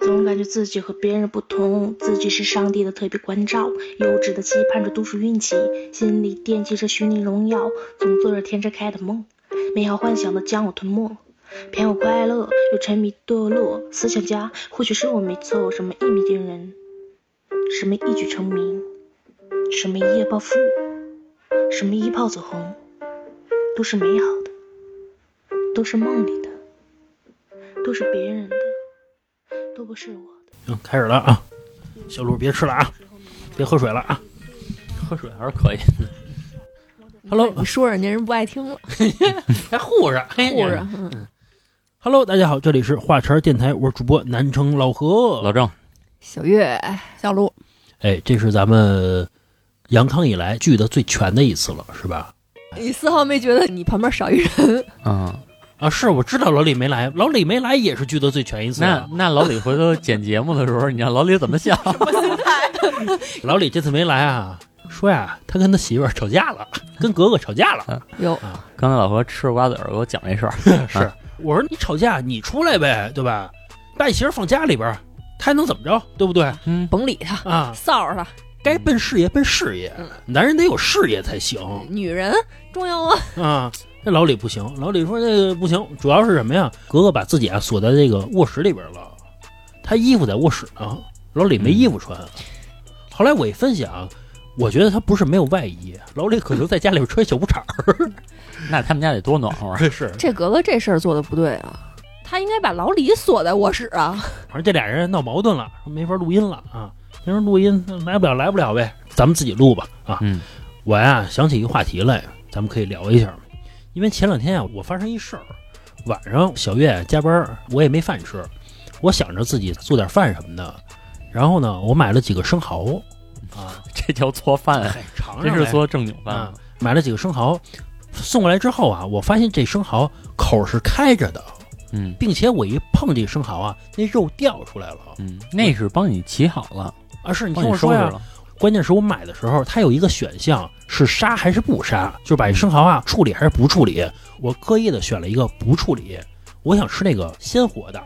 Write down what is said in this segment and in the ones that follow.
总感觉自己和别人不同，自己是上帝的特别关照，幼稚的期盼着都是运气，心里惦记着虚拟荣耀，总做着天真开的梦，美好幻想的将我吞没。偏我快乐，又沉迷堕落，思想家或许是我没错，什么一鸣惊人，什么一举成名，什么一夜暴富，什么一炮走红，都是美好的，都是梦里的，都是别人的，都不是我的。行，开始了啊！小鹿别吃了啊，别喝水了啊！喝水还是可以。 Hello 哎你说人家人不爱听了，还护着，护着。嗯， Hello，大家好，这里是华晨电台，我是主播南城老何。 老郑，小月、小鹿，哎，这是咱们杨康以来聚的最全的一次了，是吧？你丝毫没觉得你旁边少一人？嗯，啊，是我知道老李没来，老李没来也是聚的最全一次那啊。那老李回头剪节目的时候，你让老李怎么想？老李这次没来啊，说呀，他跟他媳妇儿吵架了，跟格格吵架了。 有 刚才老何吃着瓜子儿给我讲这事儿，是，我说你吵架你出来呗，对吧？把你媳妇儿放家里边儿，他还能怎么着，对不对？ 嗯，甭理他，啊，臊着他。该奔事业奔事业，男人得有事业才行女人重要吗？啊。那老李不行，老李说那个不行，主要是什么呀？格格把自己啊锁在这个卧室里边了，他衣服在卧室呢，老李没衣服穿。后来我一分析啊，我觉得他不是没有外衣，老李可能在家里边穿小裤衩那他们家得多暖和啊！儿。是，这格格这事儿做的不对啊，她应该把老李锁在卧室啊。反正这俩人闹矛盾了，说没法录音了啊，没法录音，那来不了来不了呗，咱们自己录吧啊。 嗯，我呀想起一个话题来，咱们可以聊一下，因为前两天啊我发生一事儿，晚上小月加班，我也没饭吃，我想着自己做点饭什么的，然后呢我买了几个生蚝 啊， 这叫做 饭，哎，尝真尝是呗做正经饭啊。，买了几个生蚝，送过来之后啊，我发现这生蚝口是开着的，嗯并且我一碰这生蚝啊，那肉掉出来了。嗯，那是帮你起好了，啊，是你帮听你我收说拾呀，了。关键是我买的时候，它有一个选项是杀还是不杀，就是把生蚝啊处理还是不处理。我刻意的选了一个不处理，我想吃那个鲜活的，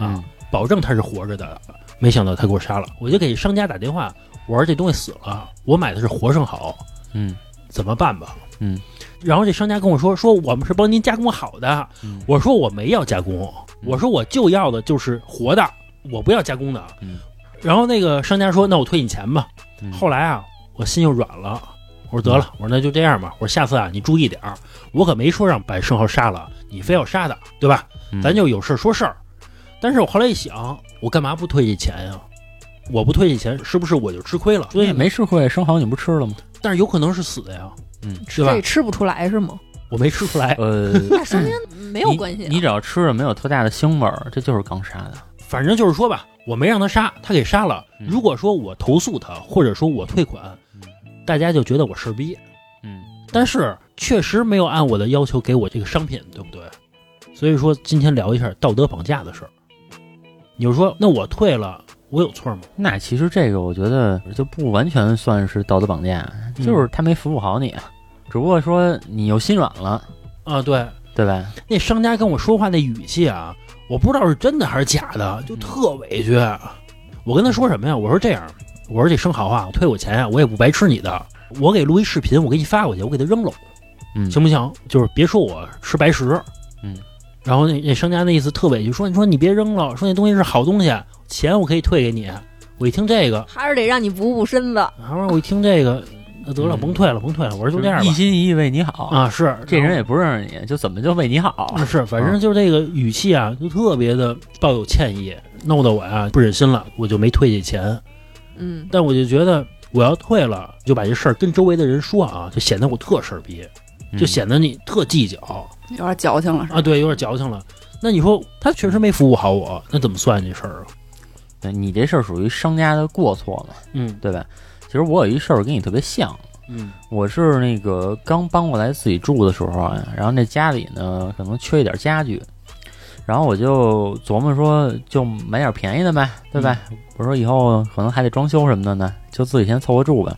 嗯，保证它是活着的。没想到他给我杀了，我就给商家打电话，我说这东西死了，我买的是活生蚝，嗯怎么办吧？嗯。然后这商家跟我说，说我们是帮您加工好的，嗯我说我没要加工，我说我就要的就是活的，我不要加工的。嗯然后那个商家说，那我退你钱吧。嗯后来啊，我心又软了，我说得了，我说那就这样吧，我说下次啊你注意点儿，我可没说让把生蚝杀了，你非要杀他，对吧？嗯咱就有事儿说事儿。但是我后来一想，我干嘛不退这钱呀、我不退这钱，是不是我就吃亏了？所以没吃亏，生蚝你不吃了吗？但是有可能是死的呀，嗯，是吧这？吃不出来是吗？我没吃出来， 呃，那说明没有关系啊。你只要吃着没有特大的腥味儿，这就是刚杀的。反正就是说吧，我没让他杀，他给杀了。嗯如果说我投诉他，或者说我退款，大家就觉得我事儿逼。嗯，但是确实没有按我的要求给我这个商品，对不对？所以说今天聊一下道德绑架的事儿。你就说，那我退了，我有错吗？那其实这个我觉得就不完全算是道德绑架，嗯就是他没服务好你，只不过说你又心软了，啊，对，对吧？那商家跟我说话那语气啊，我不知道是真的还是假的，就特委屈。我跟他说什么呀？我说这样，我说这生蚝啊，退我钱啊，我也不白吃你的。我给录一视频，我给你发过去，我给他扔了。嗯，行不行？就是别说我吃白食，嗯。然后那那商家那意思特委屈，说你说你别扔了，说那东西是好东西，钱我可以退给你。我一听这个，还是得让你补补身子。然后我一听这个，那得了，嗯甭退了，甭退了。我说就这样一吧。心一意为你好。啊，是这人也不认识你，就怎么就为你好？啊是，反正就是这个语气啊，就特别的抱有歉意，弄得我啊不忍心了，我就没退这钱。嗯，但我就觉得我要退了，就把这事儿跟周围的人说啊，就显得我特事儿逼，嗯就显得你特计较。嗯有点矫情了，是吧？啊，对，有点矫情了。那你说他确实没服务好我，那怎么算这事儿啊？嗯你这事儿属于商家的过错嘛，嗯对吧？其实我有一事儿跟你特别像，嗯我是那个刚搬过来自己住的时候啊，然后那家里呢可能缺一点家具，然后我就琢磨说就买点便宜的呗，对吧？我说以后可能还得装修什么的呢，就自己先凑合住吧。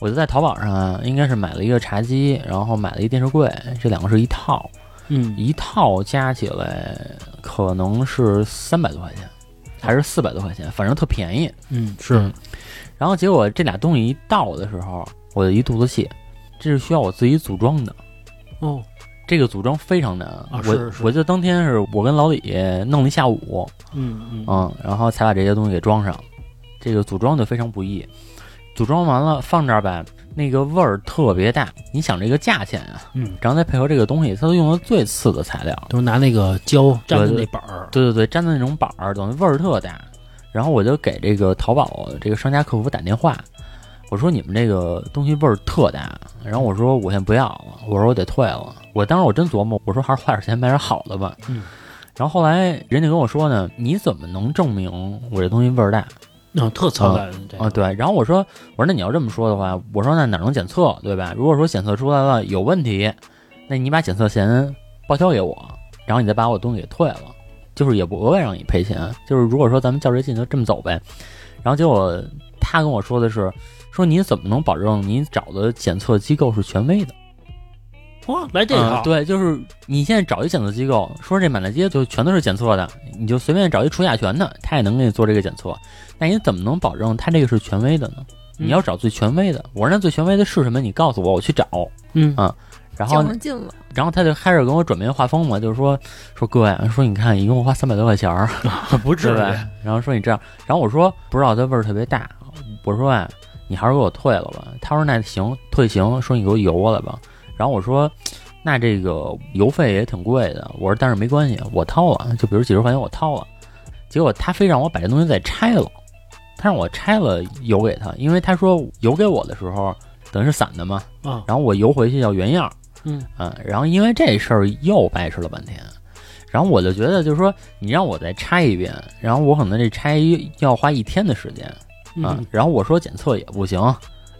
我就在淘宝上啊，应该是买了一个茶几，然后买了一电视柜，这两个是一套，嗯，一套加起来可能是三百多块钱。还是四百多块钱，反正特便宜。嗯，是，然后结果这俩东西一到的时候，我就一肚子气，这是需要我自己组装的，哦，这个组装非常难。啊是是我我就当天是我跟老李弄了一下午，嗯嗯，嗯，然后才把这些东西给装上。这个组装就非常不易，组装完了放这儿吧，那个味儿特别大。你想这个价钱啊，嗯，然后再配合这个东西，它都用的最次的材料，都拿那个胶粘的那板儿，对对对，粘的那种板儿，等于味儿特大。然后我就给这个淘宝这个商家客服打电话，我说你们这个东西味儿特大，然后我说我先不要了，我说我得退了。我当时我真琢磨，我说还是花点钱买点好的吧。嗯。然后后来人家跟我说呢，你怎么能证明我这东西味儿大那特操蛋，这啊？对。然后我说我说那你要这么说的话，我说那哪能检测对吧？如果说检测出来了有问题，那你把检测钱报销给我，然后你再把我东西给退了。就是也不额外让你赔钱，就是如果说咱们较这劲就这么走呗。然后结果他跟我说的是，说你怎么能保证你找的检测机构是权威的？哇，来这啊嗯套，对，就是你现在找一检测机构，说这满大街就全都是检测的，你就随便找一除甲醛的，他也能给你做这个检测。那你怎么能保证他这个是权威的呢？嗯你要找最权威的，我说那最权威的是什么？你告诉我，我去找。嗯然后较上劲了，然后他就开始跟我转变画风嘛，就是说说各位，说你看一共花三百多块钱儿，不至啊对于，吧？然后说你这样，然后我说不知道它味儿特别大，我说啊，你还是给我退了吧。他说那行，退行，说你给我邮过来吧。然后我说那这个邮费也挺贵的，我说但是没关系，我掏了，就比如几十块钱我掏了。结果他非让我把这东西再拆了，他让我拆了邮给他，因为他说邮给我的时候等于是散的嘛，啊，然后我邮回去要原样儿，嗯啊，然后因为这事儿又掰扯了半天，然后我就觉得就是说你让我再拆一遍，然后我可能这拆要花一天的时间啊，嗯然后我说检测也不行，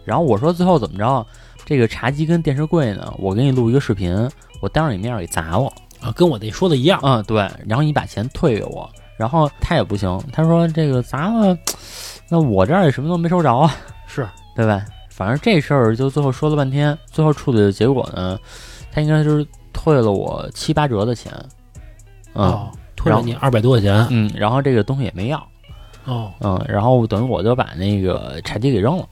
然后我说最后怎么着，这个茶几跟电视柜呢，我给你录一个视频，我当着你面儿给砸了，啊，跟我那说的一样，嗯，对，然后你把钱退给我，然后他也不行，他说这个砸了，那我这儿也什么都没收着啊。是，对吧？反正这事儿就最后说了半天，最后处理的结果呢，他应该就是退了我七八折的钱，嗯、哦，退了你二百多块钱，嗯，然后这个东西也没要，哦，嗯，然后等于我就把那个茶几给扔了，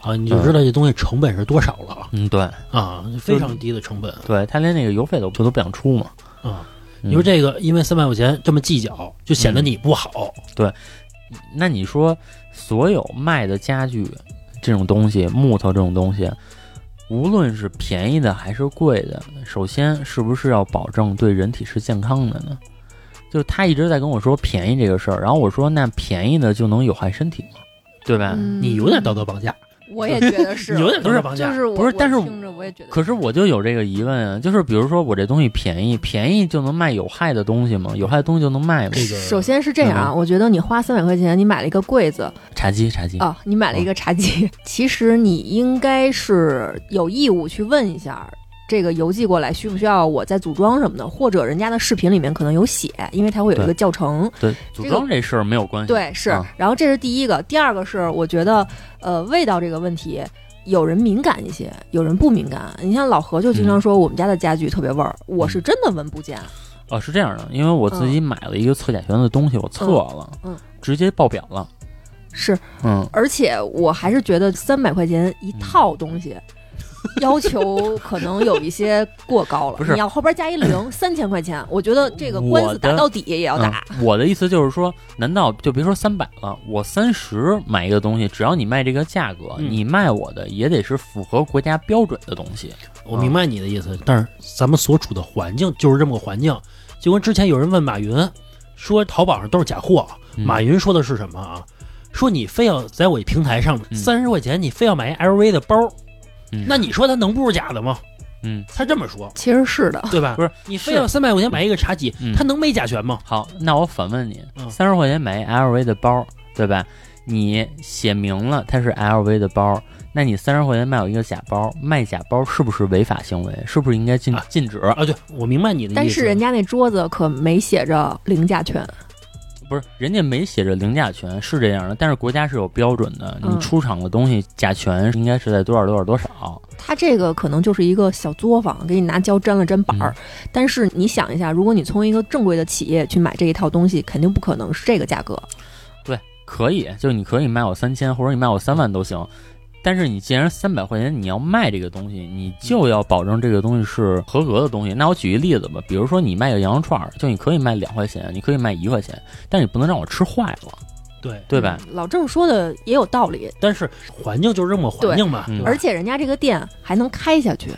啊，你就知道这东西成本是多少了嗯，对，啊，非常低的成本对他连那个邮费都不都不想出嘛，啊。嗯你说这个因为三百块钱这么计较，就显得你不好，那你说所有卖的家具这种东西，木头这种东西，无论是便宜的还是贵的，首先是不是要保证对人体是健康的呢？就他一直在跟我说便宜这个事儿，然后我说那便宜的就能有害身体吗？对吧？嗯你有点道德绑架， 我也觉得是，你有点道德绑就架，是我不是我但是听着我也觉得可是我就有这个疑问啊，就是比如说我这东西便宜，便宜就能卖有害的东西吗？有害的东西就能卖吗？这个首先是这样啊，我觉得你花三百块钱，你买了一个柜子茶几，茶几，啊，你买了一个茶几，其实你应该是有义务去问一下。这个邮寄过来需不需要我再组装什么的，或者人家的视频里面可能有写，因为它会有一个对教程。对，组装这事儿没有关系。对，是啊。然后这是第一个，第二个是我觉得，呃，味道这个问题，有人敏感一些，有人不敏感。你像老何就经常说我们家的家具特别味儿，我是真的闻不见。哦，是这样的，因为我自己买了一个测甲醛的东西，我测了，嗯嗯直接爆表了，是，嗯，而且我还是觉得三百块钱一套东 西。要求可能有一些过高了，不是你要后边加 一零，三千块钱，我觉得这个官我司的打到底也要打。嗯我的意思就是说，难道就别说三百了，我三十买一个东西，只要你卖这个价格，嗯你卖我的也得是符合国家标准的东西。我明白你的意思，但是咱们所处的环境就是这么个环境，就跟之前有人问马云说淘宝上都是假货，啊嗯马云说的是什么啊？说你非要在我平台上嗯三十块钱，你非要买一 LV 的包，嗯那你说它能不是假的吗？嗯，他这么说，其实是的，对吧？不是你非要三百块钱买一个茶几嗯，它能没甲醛吗？好，那我反问你，嗯三十块钱买一 LV 的包，对吧？你写明了它是 LV 的包，那你三十块钱卖我一个假包，卖假包是不是违法行为？是不是应该禁啊禁止？啊，对，我明白你的意思。但是人家那桌子可没写着零甲醛，不是，人家没写着零甲醛是这样的，但是国家是有标准的，你嗯出厂的东西甲醛应该是在多少多少多少。它这个可能就是一个小作坊，给你拿胶粘了粘板儿。嗯但是你想一下，如果你从一个正规的企业去买这一套东西，肯定不可能是这个价格。可以，就你可以卖我三千，或者你卖我三万都行。但是你既然三百块钱你要卖这个东西，你就要保证这个东西是合格的东西。那我举一例子吧，比如说你卖个羊肉串儿，就你可以卖两块钱，你可以卖一块钱，但你不能让我吃坏了，对，对吧？嗯老郑说的也有道理，但是环境就是这么环境嘛，对嗯对吧而且人家这个店还能开下去，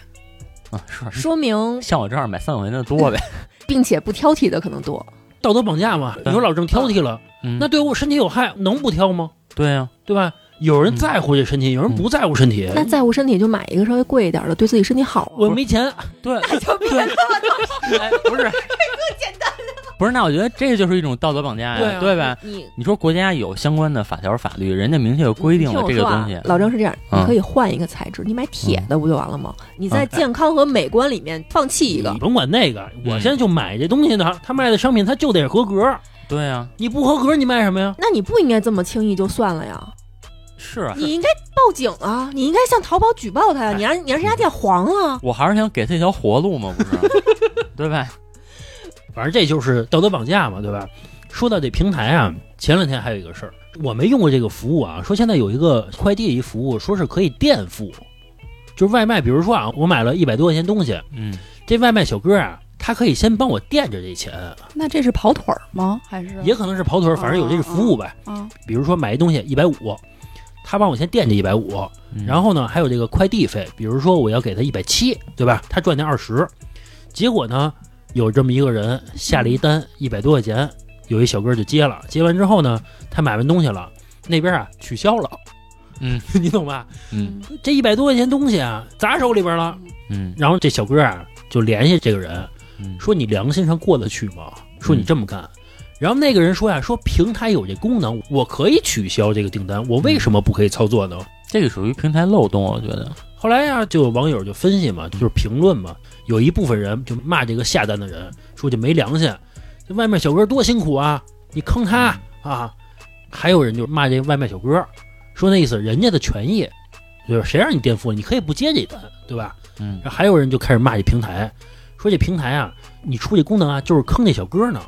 啊，是是说明像我这样买三百块钱的多呗。并且不挑剔的可能多。道德绑架嘛，对你说老郑挑剔了，嗯，那对我身体有害，能不挑吗？对啊 呀、对吧？有人在乎这身体，有人不在乎身体。那在乎身体就买一个稍微贵一点的，对自己身体好啊。我没钱， 对，对， 哎不是这个简单不是，那我觉得这就是一种道德绑架呀，对啊吧？你你说国家有相关的法条法律，人家明确有规定你听了我这个说啊东西，老郑是这样，嗯你可以换一个材质，你买铁的不就完了吗？你在健康和美观里面放弃一个嗯你，甭管那个，我现在就买这东西呢，他卖的商品他就得合格，对啊呀、你不合格你卖什么呀？那你不应该这么轻易就算 了呀，是啊。你应该报警啊，你应该向淘宝举报他呀，哎你让你让这家店黄了。我还是想给他一条活路嘛，不是， 对吧？反正这就是道德绑架嘛，对吧？说到这平台啊，前两天还有一个事儿，我没用过这个服务啊，说现在有一个快递一服务，说是可以垫付，就是外卖，比如说啊，我买了一百多块钱东西，嗯，这外卖小哥啊，他可以先帮我垫着这钱，那这是跑腿儿吗？还是也可能是跑腿儿，反正有这个服务呗。啊？比如说买一东西一百五，他帮我先垫这一百五，嗯然后呢还有这个快递费，比如说我要给他一百七，对吧？他赚那二十，结果呢有这么一个人下了一单一百多块钱，有一小哥就接了，接完之后呢，他买完东西了，那边啊取消了，嗯， 你懂吧？嗯这一百多块钱东西啊砸手里边了，嗯然后这小哥啊就联系这个人，嗯，说你良心上过得去吗？说你这么干。然后那个人说呀、说平台有这功能，我可以取消这个订单，我为什么不可以操作呢？这个属于平台漏洞，我觉得。后来呀、就有网友就分析嘛，就是评论嘛，有一部分人就骂这个下单的人，说这没良心，这外卖小哥多辛苦啊，你坑他啊。还有人就骂这外卖小哥，说那意思人家的权益，就是谁让你垫付了，你可以不接这单，对吧？嗯然后还有人就开始骂这平台，说这平台啊，你出这功能啊，就是坑那小哥呢，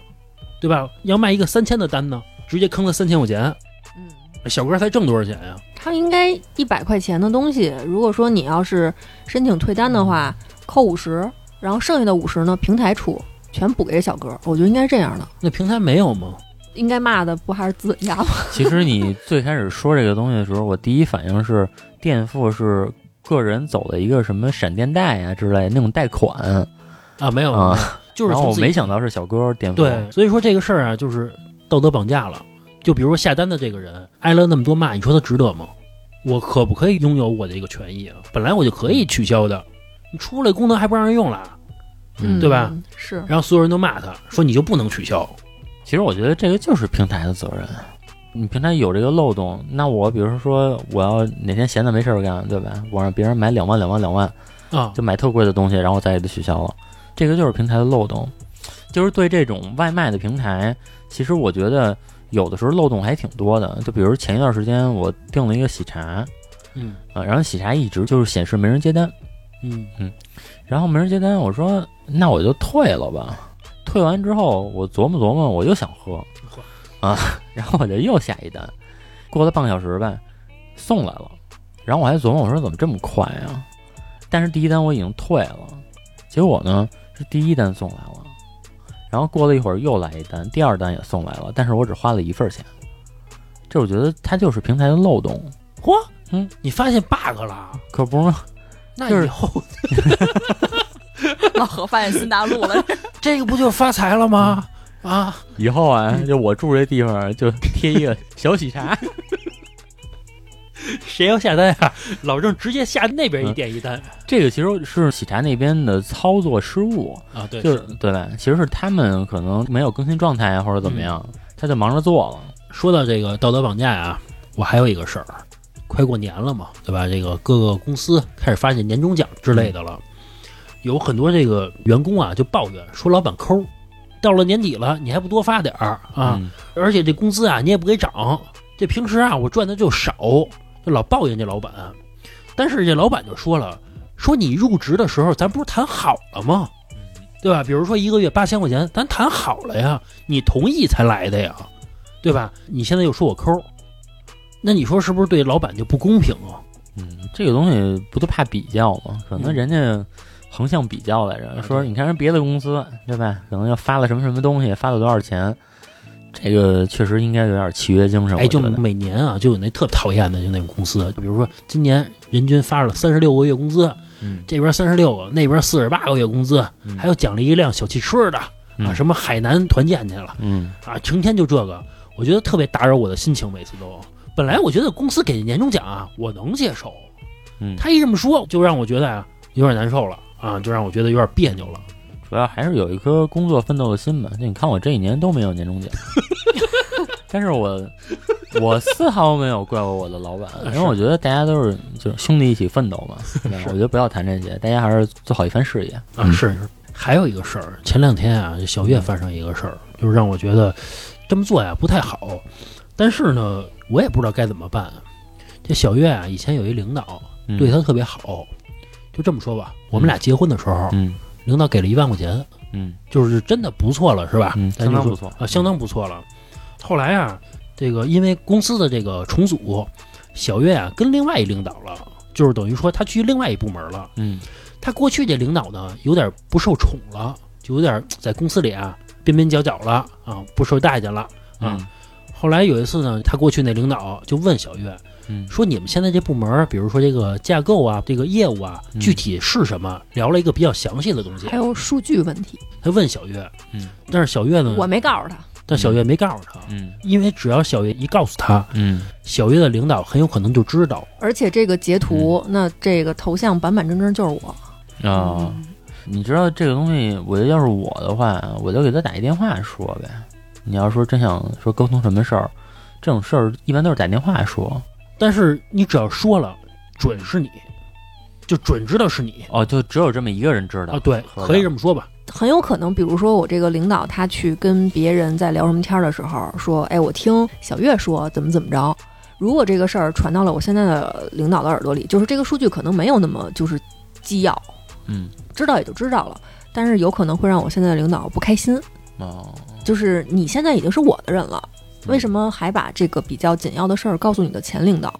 对吧？要卖一个三千的单呢，直接坑了三千块钱，嗯，小哥才挣多少钱呀、他应该一百块钱的东西，如果说你要是申请退单的话，扣五十，然后剩下的五十呢，平台出，全补给这小哥。我觉得应该是这样的，那平台没有吗？应该骂的不还是资本家吗？其实你最开始说这个东西的时候，我第一反应是垫付是个人走的一个什么闪电贷呀、之类那种贷款啊，没有，啊，就是然后从我自己没想到是小哥垫付，对，所以说这个事儿啊，就是道德绑架了。就比如说下单的这个人挨了那么多骂，你说他值得吗？我可不可以拥有我的一个权益啊？本来我就可以取消的，你出了功能还不让人用了，嗯对吧？是，然后所有人都骂他，说你就不能取消。其实我觉得这个就是平台的责任。你平台有这个漏洞，那我比如说我要哪天闲的没事儿干，对吧？我让别人买两万、两万、两万，啊，就买特贵的东西，然后我再给他取消了，这个就是平台的漏洞。就是对这种外卖的平台，其实我觉得有的时候漏洞还挺多的。就比如前一段时间我订了一个喜茶，啊、嗯然后喜茶一直就是显示没人接单，嗯然后没人接单，我说那我就退了吧。退完之后，我琢磨琢磨，我又想喝嚯，啊， 然后我就又下一单，过了半个小时吧，送来了。然后我还琢磨，我说怎么这么快啊？但是第一单我已经退了，结果呢是第一单送来了，然后过了一会儿又来一单，第二单也送来了，但是我只花了一份钱。这我觉得它就是平台的漏洞，嚯，嗯，你发现 bug 了，可不是吗？那就是以后老何发现新大陆了，这个不就发财了吗？啊，以后 啊，就我住这地方就贴一个小喜茶。谁要下单啊？老郑直接下那边一点一单、这个其实是喜茶那边的操作失误，啊，对，就是对吧？其实是他们可能没有更新状态啊，或者怎嗯么样，他就忙着做了。说到这个道德绑架啊，我还有一个事儿，快过年了嘛，对吧？这个各个公司开始发现年终奖之类的了，有很多这个员工啊就抱怨说老板抠，到了年底了你还不多发点儿啊，嗯而且这工资啊你也不给涨，这平时啊我赚的就少，就老抱怨这老板。但是这老板就说了，说你入职的时候咱不是谈好了吗？嗯对吧？比如说一个月八千块钱，咱谈好了呀，你同意才来的呀，对吧？你现在又说我抠，那你说是不是对老板就不公平啊？嗯，这个东西不就怕比较吗？可能嗯人家横向比较来着，啊说对你看人别的公司对吧，可能要发了什么什么东西，发了多少钱，这个确实应该有点契约精神。哎，我就觉得每年啊，就有那特讨厌的，就那种公司，就比如说今年人均发了三十六个月工资，嗯，这边三十六个，那边四十八个月工资，嗯还有奖励一辆小汽车的啊，嗯什么海南团建去了嗯啊，成天就这个，我觉得特别打扰我的心情，每次都。本来我觉得公司给年终奖啊，我能接受，嗯，他一这么说，就让我觉得啊有点难受了啊，就让我觉得有点别扭了。主要还是有一颗工作奋斗的心吧。那你看我这一年都没有年 终奖，但是我我丝毫没有怪过我的老板，因为我觉得大家都啊是就是兄弟一起奋斗 嘛。对吧我觉得不要谈这些，大家还是做好一番事业。啊，是是。还有一个事儿，前两天啊，小嗯月发生一个事儿，就是让我觉得这么做呀不太好，但是呢，我也不知道该怎么办。这小月啊，以前有一领导嗯对她特别好，就这么说吧，我们俩结婚的时候，嗯领导给了一万块钱，嗯就是真的不错了，是吧？嗯，咱相就当说不错啊，相当不错了。后来啊，这个因为公司的这个重组，小月啊跟另外一领导了，就是等于说她去另外一部门了。嗯他过去这领导呢，有点不受宠了，就有点在公司里啊边边角角了啊，不受待见了啊。嗯后来有一次呢，他过去那领导就问小月嗯说：“你们现在这部门，比如说这个架构啊，这个业务啊，嗯具体是什么？”聊了一个比较详细的东西还。有数据问题，他问小月，嗯但是小月呢，我没告诉他，但小月没告诉他，嗯因为只要小月一告诉他，嗯小月的领导很有可能就知道。而且这个截图，那这个头像板板正正就是我，啊。你知道这个东西，我觉得要是我的话，我就给他打一电话说呗。你要说真想说沟通什么事儿，这种事儿一般都是打电话说。但是你只要说了，准是你，就准知道是你哦，就只有这么一个人知道啊。对，合可以着这么说吧。很有可能，比如说我这个领导他去跟别人在聊什么天儿的时候说，哎，我听小月说怎么怎么着。如果这个事儿传到了我现在的领导的耳朵里，就是这个数据可能没有那么就是机要，嗯知道也就知道了，但是有可能会让我现在的领导不开心。哦，就是你现在已经是我的人了，嗯为什么还把这个比较紧要的事儿告诉你的前领导？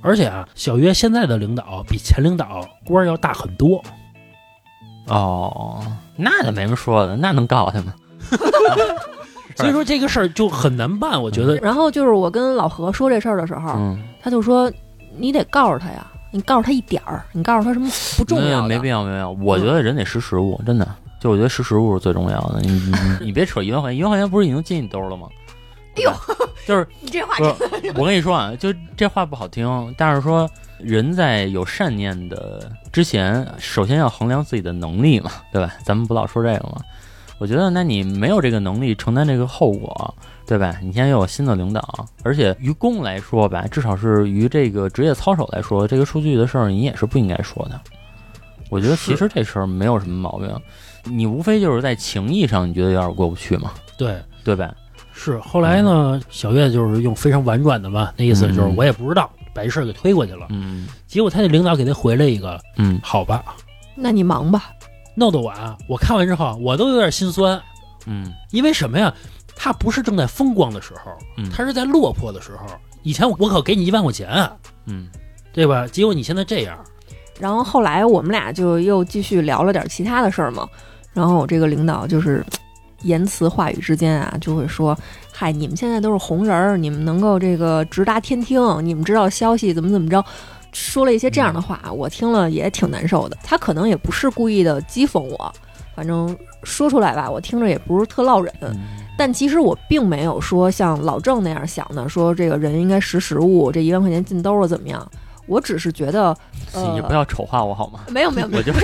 而且啊，小月现在的领导比前领导官儿要大很多，哦，那就没什么说的，那能告他吗？所以说这个事儿就很难办。我觉得，然后就是我跟老何说这事儿的时候，嗯，他就说你得告诉他呀，你告诉他一点儿，你告诉他什么不重要的，嗯没没必要，没必要。我觉得人得识时务，真的，就我觉得识时务是最重要的。你你你你别扯一万块钱，一万块钱不是已经进你兜 了吗？哎呦，就是你这话不是，我跟你说啊，就这话不好听，但是说人在有善念的之前，首先要衡量自己的能力嘛，对吧？咱们不老说这个嘛。我觉得，那你没有这个能力承担这个后果，对吧？你现在又有新的领导，而且于公来说吧，至少是于这个职业操守来说，这个数据的事儿你也是不应该说的。我觉得其实这事儿没有什么毛病，你无非就是在情义上你觉得有点过不去嘛，对，对吧？是后来呢，小月就是用非常婉转的嘛，那意思就是嗯我也不知道，把这事儿给推过去了。嗯结果他那领导给他回了一个嗯，好吧，那你忙吧。闹得我啊，我看完之后啊我都有点心酸，嗯因为什么呀？他不是正在风光的时候嗯，他是在落魄的时候。以前我可给你一万块钱啊，嗯对吧？结果你现在这样，然后后来我们俩就又继续聊了点其他的事儿嘛。然后我这个领导就是嘖言辞话语之间啊，就会说：“嗨，你们现在都是红人儿，你们能够这个直达天听，你们知道消息怎么怎么着。”说了一些这样的话，我听了也挺难受的。他可能也不是故意的讥讽我，反正说出来吧，我听着也不是特落忍。嗯但其实我并没有说像老郑那样想的，说这个人应该识时务，这一万块钱进兜了怎么样？我只是觉得，你呃不，要丑化我好吗？ 没有没有没我有，就我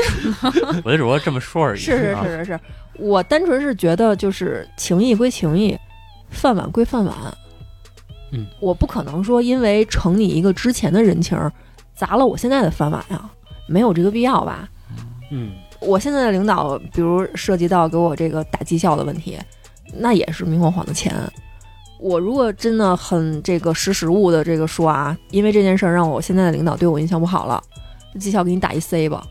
就只不过这么说而已。是是啊 是，是是，我单纯是觉得就是情义归情义，饭碗归饭碗。嗯，我不可能说因为承你一个之前的人情儿，砸了我现在的饭碗呀，没有这个必要吧？嗯，我现在的领导，比如涉及到给我这个打绩效的问题，那也是明晃晃的钱。我如果真的很这个识时务的这个说啊，因为这件事儿让我现在的领导对我印象不好了，绩效给你打一 C 吧，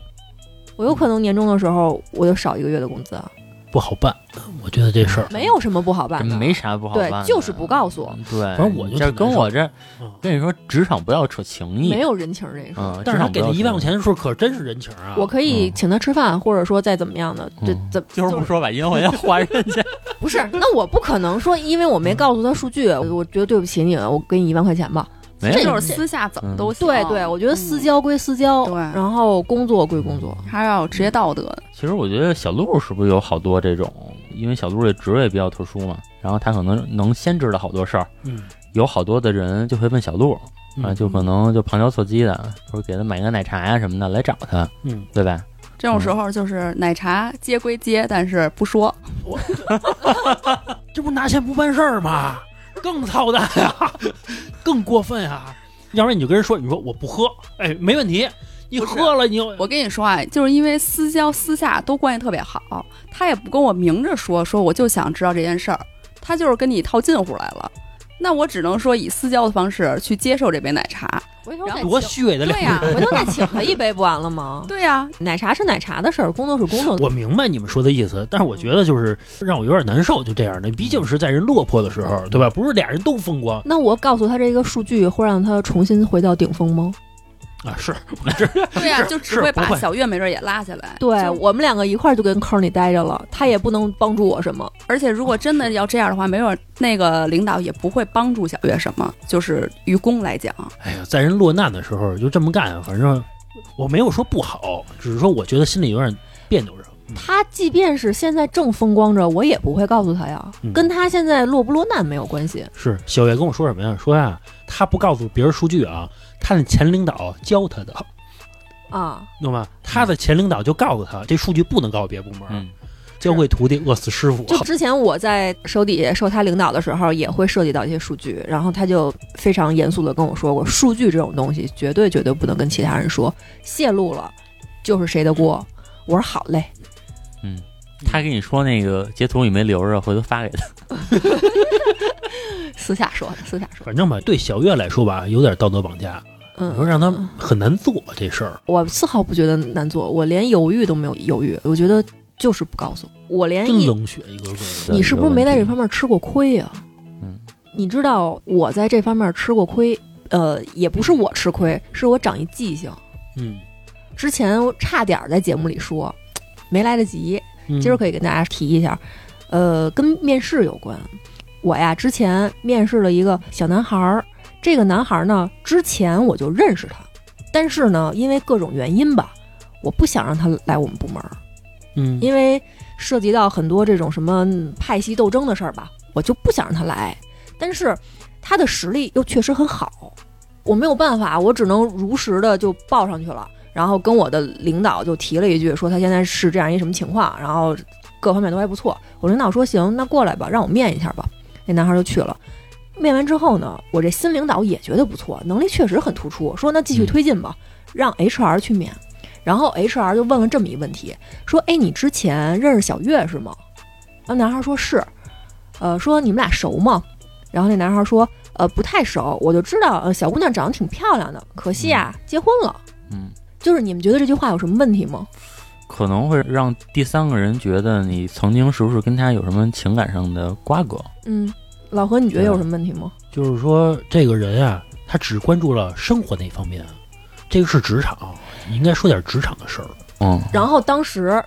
我有可能年终的时候我就少一个月的工资啊，不好办。我觉得这事儿没有什么不好办的，没啥不好办的，对就是不告诉我对，反正我就这挺跟难受我这嗯跟你说，职场不要扯情谊没。有人情这一说。嗯，但是他职场不给要他扯一万块情谊，钱的时候，可真是人情啊！我可以嗯请他吃饭，或者说再怎么样的，这嗯怎 就是不说把阴魂要还人家。不是？那我不可能说，因为我没告诉他数据，我我觉得对不起你，我给你一万块钱吧。 没这有，就是私下嗯怎么都行。哦对对，我觉得私交归私交，对然后工作归工作。嗯还是要有职业道德的。其实我觉得小鹿是不是有好多这种，因为小鹿这职位比较特殊嘛，然后他可能能先知道好多事儿，嗯，有好多的人就会问小鹿啊，嗯就可能就旁敲侧击的，说给他买个奶茶呀、什么的来找他，嗯，对吧？这种时候就是奶茶接归接，但是不说。这不拿钱不办事儿吗？更操蛋呀、更过分啊呀、 要不然你就跟人说，你说我不喝，哎，没问题，你不是喝了你就我跟你说啊，就是因为私交私下都关系特别好，他也不跟我明着说，说我就想知道这件事儿，他就是跟你套近乎来了。那我只能说以私交的方式去接受这杯奶茶。 回头然再后请多，虚伪的对脸。呀、 回头再请他一杯不完了 吗？对呀、奶茶是奶茶的事儿，工作是工啊作的事儿。我明白你们说的意思，但是我觉得就是让我有点难受，就这样的。毕竟是在人落魄的时候，对吧？不是俩人都风光那我告诉他这个数据，会让他重新回到顶峰吗？啊，是对呀、是就只是会不把会小月没准也拉下来。对就我们两个一块儿就跟坑里待着了，他也不能帮助我什么。而且如果真的要这样的话，没准那个领导也不会帮助小月什么。就是于公来讲，哎呀，在人落难的时候就这么干啊，反正我没有说不好，只是说我觉得心里有点别扭着。嗯他即便是现在正风光着，我也不会告诉他呀，嗯跟他现在落不落难没有关系。是小月跟我说什么呀？说呀，他不告诉别人数据啊，他的前领导教他的，啊，懂吗？他的前领导就告诉嗯他，这数据不能告诉别部门，嗯，教会徒弟饿死师傅。就之前我在手底下受他领导的时候，也会涉及到一些数据，然后他就非常严肃的跟我说过，数据这种东西绝对绝对不能跟其他人说，泄露了就是谁的锅。我说好嘞，他跟你说那个截图你没留着，回头发给他。私下说的，私下说。反正吧，对小月来说吧，有点道德绑架。你说嗯，让他很难做这事儿，我丝毫不觉得难做，我连犹豫都没有犹豫，我觉得就是不告诉我，我连真一冷血一个个的。嗯哎你是不是没在这面？方面吃过亏呀、嗯，你知道我在这方面吃过亏，呃，也不是我吃亏，是我长一记性。嗯，之前我差点儿在节目里说，没来得及，嗯今儿可以跟大家提一下，呃，跟面试有关。我呀，之前面试了一个小男孩儿，这个男孩儿呢，之前我就认识他，但是呢，因为各种原因吧，我不想让他来我们部门儿，嗯因为涉及到很多这种什么派系斗争的事儿吧，我就不想让他来。但是他的实力又确实很好，我没有办法，我只能如实的就报上去了。然后跟我的领导就提了一句，说他现在是这样一什么情况，然后各方面都还不错。我领导说行，那过来吧，让我面一下吧。那男孩就去了。面完之后呢，我这新领导也觉得不错，能力确实很突出，说那继续推进吧，让 HR 去面。然后 HR 就问了这么一问题，说：“哎，你之前认识小月是吗？”那男孩说是，呃，说你们俩熟吗？然后那男孩说：“呃，不太熟，我就知道，呃，小姑娘长得挺漂亮的，可惜啊，结婚了。”嗯，就是你们觉得这句话有什么问题吗？ 可能会让第三个人觉得你曾经是不是跟他有什么情感上的瓜葛？嗯，老何，你觉得有什么问题吗？就是说这个人啊，他只关注了生活那方面，这个是职场，你应该说点职场的事儿。嗯，然后当时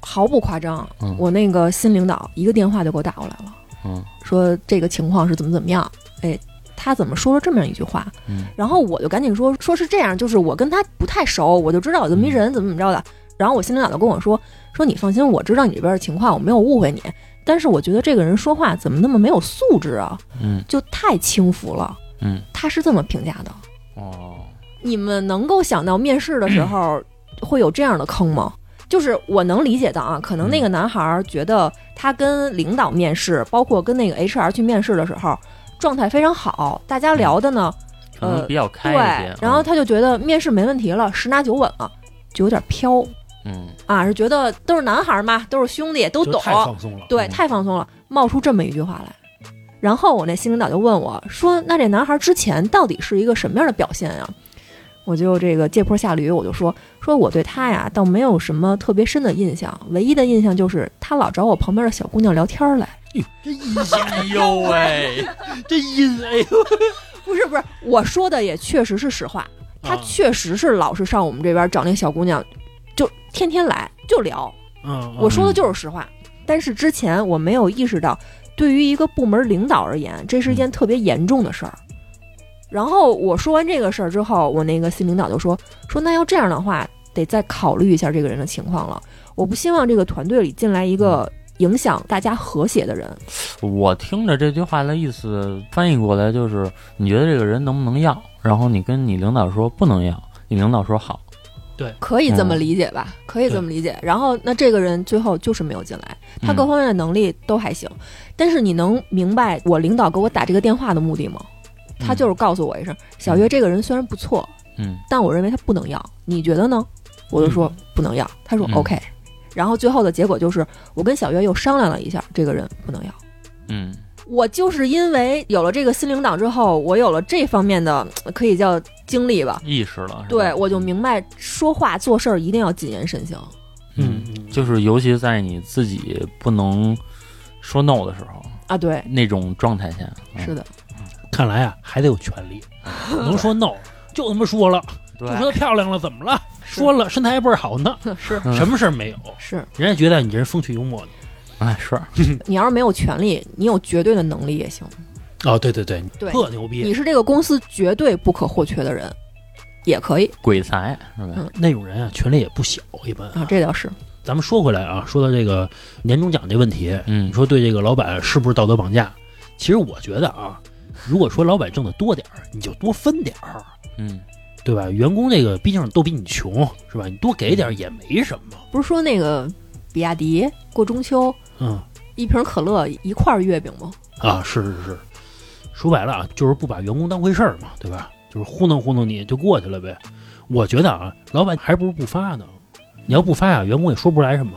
毫不夸张，嗯我那个新领导一个电话就给我打过来了，嗯说这个情况是怎么怎么样，哎。他怎么说了这么样一句话？嗯然后我就赶紧说，说是这样，就是我跟他不太熟，我就知道有这么一人，怎么怎么着的。然后我新领导就跟我说，说你放心，我知道你这边的情况，我没有误会你，但是我觉得这个人说话怎么那么没有素质啊，嗯就太轻浮了。嗯，他是这么评价的。哦，你们能够想到面试的时嗯候会有这样的坑吗？就是我能理解到啊，可能那个男孩儿觉得他跟领导面试，包括跟那个 HR 去面试的时候，状态非常好，大家聊的呢，可能比较开嗯呃对一些。，然后他就觉得面试没问题了，十拿九稳了，就有点飘嗯啊，是觉得都是男孩儿嘛，都是兄弟，都就懂，太放松了。对，嗯太放松了，冒出这么一句话来。然后我那新领导就问我说：“那这男孩之前到底是一个什么样的表现呀、啊我就这个借坡下驴，我就说说我对他呀倒没有什么特别深的印象，唯一的印象就是他老找我旁边的小姑娘聊天儿来。这阴险，哎呦喂，这阴，哎呦，不是不是，我说的也确实是实话，他啊确实是老是上我们这边找那小姑娘，就天天来就聊。嗯，我说的就是实话，但是之前我没有意识到，对于一个部门领导而言，这是一件特别严重的事儿。然后我说完这个事儿之后，我那个新领导就说说那要这样的话，得再考虑一下这个人的情况了。我不希望这个团队里进来一个影响大家和谐的人。 我听着这句话的意思翻译过来就是，你觉得这个人能不能要？然后你跟你领导说不能要，你领导说好，可以这么理解吧？可以这么理解。然后，那这个人最后就是没有进来，他嗯各方面的能力都还行，但是你能明白我领导给我打这个电话的目的吗？他就是告诉我一声，小月这个人虽然不错，嗯但我认为他不能要，你觉得呢？我就说不能要，他说嗯 OK。然后最后的结果就是，我跟小月又商量了一下，这个人不能要。嗯我就是因为有了这个新领导之后，我有了这方面的呃可以叫经历吧，意识了，是吧对我就明白说话做事儿一定要谨言慎行。嗯，嗯，就是尤其在你自己不能说 no 的时候，啊，对，那种状态下，嗯是的，看来啊，还得有权 利，能说 no 就他妈说了，就对说她漂亮了，怎么了？说了，身材还倍儿好呢，是嗯什么事儿没有，是，人家觉得你这人风趣幽默的。哎是，你要是没有权利，你有绝对的能力也行。哦，对对对，对特牛逼，你是这个公司绝对不可或缺的人，也可以鬼才是吧？那种人啊，权力也不小，一般。啊，这倒是咱们说回来啊，说到这个年终奖这问题，嗯你，说对这个老板是不是道德绑架？其实我觉得啊，如果说老板挣得多点儿，你就多分点儿，嗯对吧？员工这个毕竟都比你穷，是吧？你多给点儿也没什么。不是说那个比亚迪过中秋嗯，一瓶可乐一块儿月饼吗？啊，是是是，说白了啊，就是不把员工当回事儿嘛，对吧？就是糊弄糊弄你就过去了呗。我觉得啊，老板还不如不发呢。你要不发呀、员工也说不出来什么，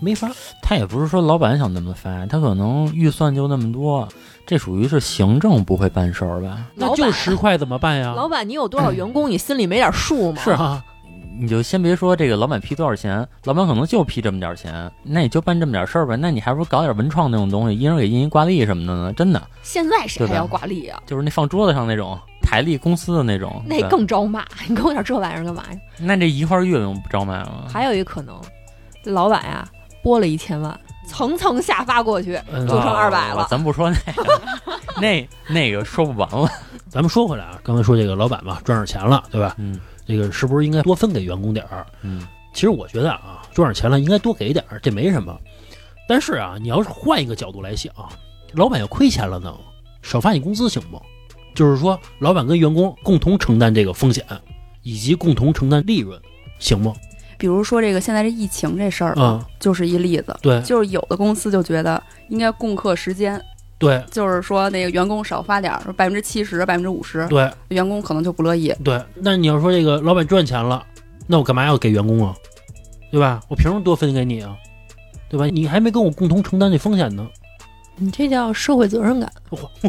没发。他也不是说老板想那么发，他可能预算就那么多，这属于是行政不会办事儿吧？那就十块怎么办呀？老板，你有多少员工，你心里没点数吗？是啊，你就先别说这个老板批多少钱，老板可能就批这么点儿钱，那也就办这么点儿事儿呗。那你还不如搞点文创那种东西，一人给印一挂历什么的呢？真的现在谁还对吧要挂历啊？就是那放桌子上那种台历公司的那种，那对更招骂，你跟我讲这玩意儿干嘛呀？那这一块月饼不招卖吗？还有一可能，这老板呀、拨了一千万，层层下发过去，嗯就剩200了哦咱不说那个，那那个说不完了。咱们说回来啊，刚才说这个老板嘛，赚着钱了，对吧？嗯这个是不是应该多分给员工点儿？嗯其实我觉得啊，赚着钱了应该多给点儿，这没什么。但是啊，你要是换一个角度来想，啊老板要亏钱了呢，少发你工资行吗？就是说，老板跟员工共同承担这个风险，以及共同承担利润，行吗？比如说这个现在这疫情这事儿，啊，就是一例子。对就是有的公司就觉得应该共克时间，对就是说那个员工少发点儿，百分之七十、百分之五十，对员工可能就不乐意。对。那你要说这个老板赚钱了，那我干嘛要给员工啊？对吧？我凭什么多分给你啊？对吧？你还没跟我共同承担这风险呢。你这叫社会责任感。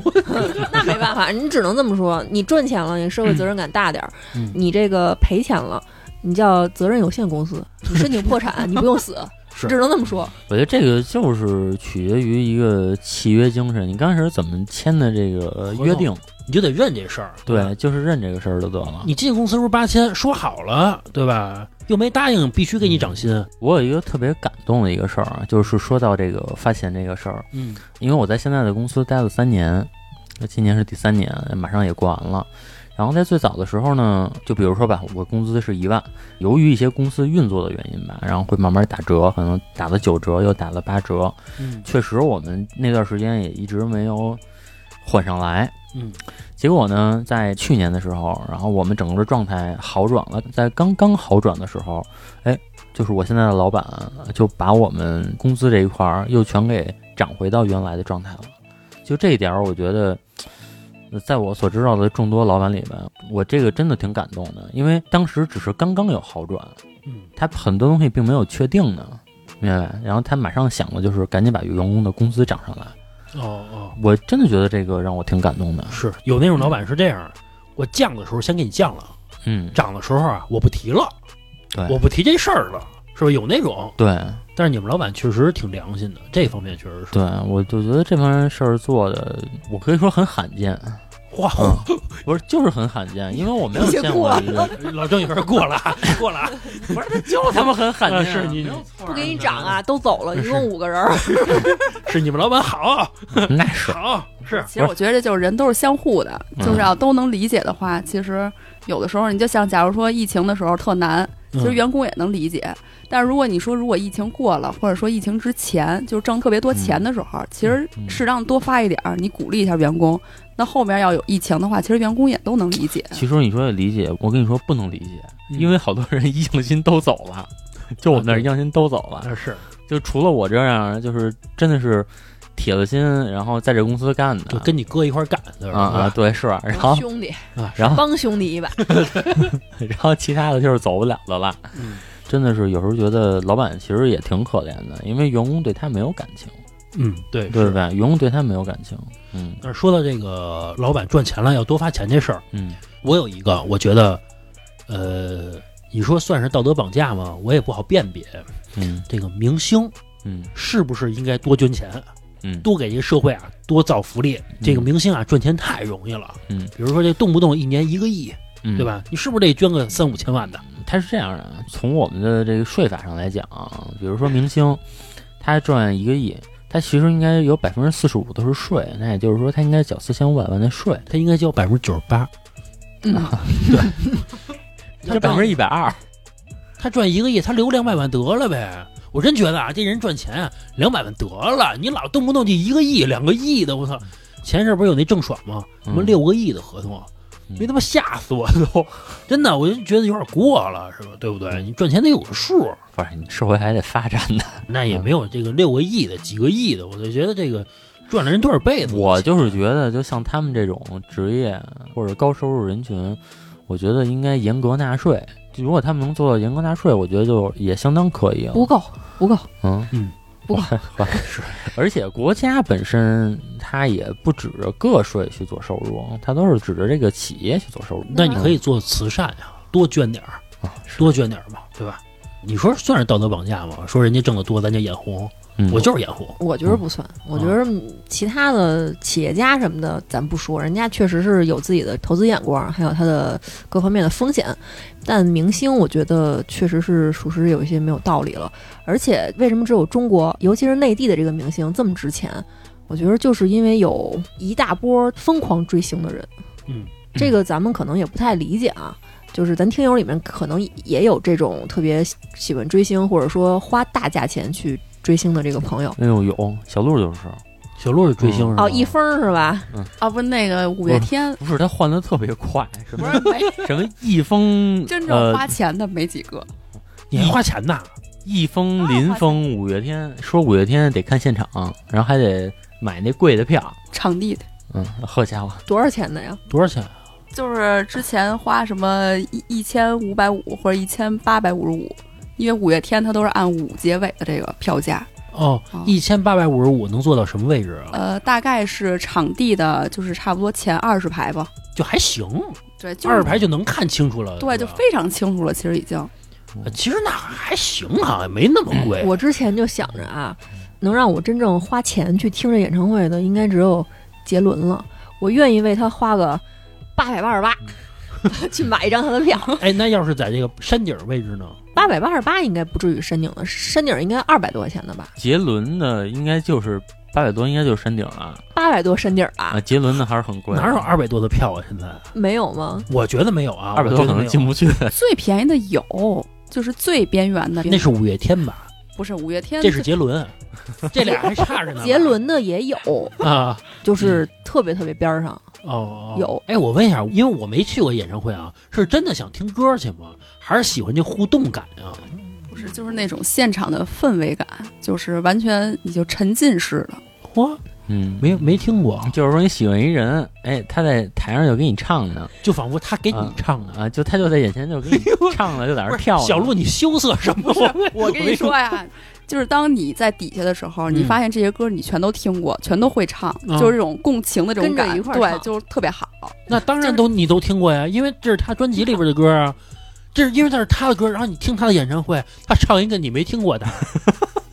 那没办法，你只能这么说。你赚钱了，你社会责任感大点儿；嗯你这个赔钱了，你叫责任有限 公司，你申请破产，你不用死，是只能这么说。我觉得这个就是取决于一个契约精神，你刚开始怎么签的这个合同约定，你就得认这事儿。对，就是认这个事儿就得了。你进公司时候八千，说好了对吧？又没答应，必须给你涨薪。我有一个特别感动的一个事儿啊，就是说到这个发钱这个事儿，嗯因为我在现在的公司待了三年，那今年是第三年，马上也过完了。然后在最早的时候呢，就比如说吧，我工资是一万，由于一些公司运作的原因吧，然后会慢慢打折，可能打了九折，又打了八折。嗯确实，我们那段时间也一直没有缓上来。嗯，结果呢，在去年的时候，然后我们整个状态好转了，在刚刚好转的时候，哎，就是我现在的老板就把我们工资这一块儿又全给涨回到原来的状态了。就这一点儿，我觉得，呃在我所知道的众多老板里边，我这个真的挺感动的，因为当时只是刚刚有好转，嗯，他很多东西并没有确定呢，明白吧？然后他马上想的就是赶紧把员工的工资涨上来。哦哦，我真的觉得这个让我挺感动的。是有那种老板是这样，我降的时候先给你降了，嗯，长的时候啊，我不提了，对我不提这事儿了，是吧？有那种，对但是你们老板确实挺良心的，这方面确实是。对，我就觉得这方事儿做的，我可以说很罕见，哇，嗯不是就是很罕见，因为我没有见过一个，老郑有点过了 啊，过了啊。不是就他妈很罕见啊，啊是你没有错不给你涨啊，都走了，一共五个人儿。 是你们老板好，那是好是其实我觉得这就是人都是相互的，嗯就是要都能理解的话，其实有的时候你就像，假如说疫情的时候特难，其实嗯员工也能理解。但是如果你说如果疫情过了，或者说疫情之前就是挣特别多钱的时候，其实适当多发一点儿，你鼓励一下员工。那后面要有疫情的话，其实员工也都能理解。其实你说也理解，我跟你说不能理解，嗯因为好多人一硬心都走了，就我们那儿啊对一硬心都走了，那是就除了我这样，就是真的是铁了心，然后在这公司干就的。跟你哥一块儿干的啊啊，，对，是，然后兄弟，啊然后帮兄弟一把。然后其他的就是走不了的了。嗯真的是有时候觉得老板其实也挺可怜的，因为员工对他没有感情，嗯，对对是。吧？员工对他没有感情。嗯但是呃说到这个老板赚钱了要多发钱这事儿，嗯我有一个，我觉得，呃，你说算是道德绑架吗？我也不好辨别。嗯这个明星嗯是不是应该多捐钱，嗯，多给这个社会啊多造福利？这个明星啊赚钱太容易了，嗯比如说这动不动一年一个亿，嗯对？吧？你是不是得捐个三五千万的？他是这样的，啊从我们的这个税法上来讲，比如说明星，他赚一个亿，他其实应该有百分之四十五都是税，那也就是说他应该缴四千五百万的税，他应该交百分之九十八，他百当分之一百二。他赚一个亿，他留两百万得了呗。我真觉得啊，这人赚钱啊，两百万得了，你老动不动就一个亿、两个亿的，我操！前阵不是有那郑爽吗？什么嗯六个亿的合同，啊嗯没他妈吓死我都！ 真的，我就觉得有点过了，是吧？对不嗯对？你赚钱得有个数，不是，你社会还得发展的。那也没有这个六个亿的、几个亿的，我就觉得这个赚了人多少辈子？我就是觉得，就像他们这种职业或者高收入人群，我觉得应该严格纳税。就如果他们能做到严格纳税，我觉得就也相当可以了。不够，不够，嗯嗯，不够我是， 而且国家本身它也不指着个税去做收入，它都是指着这个企业去做收入。嗯那你可以做慈善呀、多捐点儿，啊，是多捐点儿嘛，对吧？你说算是道德绑架吗？说人家挣得多，咱就眼红，嗯我就是眼红。我觉得不算，我觉得其他的企业家什么的，咱不说，人家确实是有自己的投资眼光，还有他的各方面的风险。但明星，我觉得确实是属实有一些没有道理了。而且，为什么只有中国，尤其是内地的这个明星这么值钱？我觉得就是因为有一大波疯狂追星的人。嗯，这个咱们可能也不太理解啊。就是咱听友里面可能也有这种特别喜欢追星，或者说花大价钱去追星的这个朋友。哎呦有小鹿就是，小鹿是追星是吧？哦，一分是吧？啊，不是那个嗯五月 天，不是他换的特别快，什 不么是没什么易峰，真正呃花钱的没几个。你还花钱呐？易峰、林峰、五月天，说五月天得看现场，然后还得买那贵的票。场地的嗯，好家伙，多少钱的呀？多少钱？啊就是之前花什么一一千五百五或者一千八百五十五，因为五月天它都是按五结尾的这个票价，哦哦，一千八百五十五能做到什么位置啊？呃，大概是场地的，就是差不多前二十排吧。就还行，对，就二是十排就能看清楚了。对，是就吧非常清楚了。其实已经，呃其实那还行啊，没那么贵。我之前就想着啊，能让我真正花钱去听这演唱会的，应该只有杰伦了。我愿意为他花个八百八十八去买一张他的票。哎，那要是在这个山顶位置呢？八百八十八应该不至于山顶了，山顶应该二百多块钱的吧？杰伦的应该就是八百多，应该就是山顶了八百多山顶啊啊。，杰伦的还是很贵，哪有二百多的票啊？现在没有吗？我觉得没有啊，二百我觉多可得没能有进不去。最便宜的有，就是最边缘的，那是五月天吧？不是五月天？这是杰伦，这俩还差着呢。杰伦的也有，啊，就是特别特别边儿上。哦，哦有。哎，我问一下，因为我没去过演唱会啊，是真的想听歌去吗？还是喜欢这互动感啊？不是就是那种现场的氛围感，就是完全你就沉浸式的。哇，嗯，没没听过，就是说你喜欢一人，哎，他在台上就给你唱呢，就仿佛他给你唱的。啊，就他就在眼前就给你唱了，就在那不儿是跳呢。小鹿，你羞涩什么？我跟你说呀，就是当你在底下的时候，你嗯发现这些歌你全都听过，全都会唱，嗯就是这种共情的这种跟着感，一块儿对，唱就是特别好。 那当然都你都听过呀，因为这是他专辑里边的歌啊，这是因为那是他的歌，然后你听他的演唱会，他唱一个你没听过的，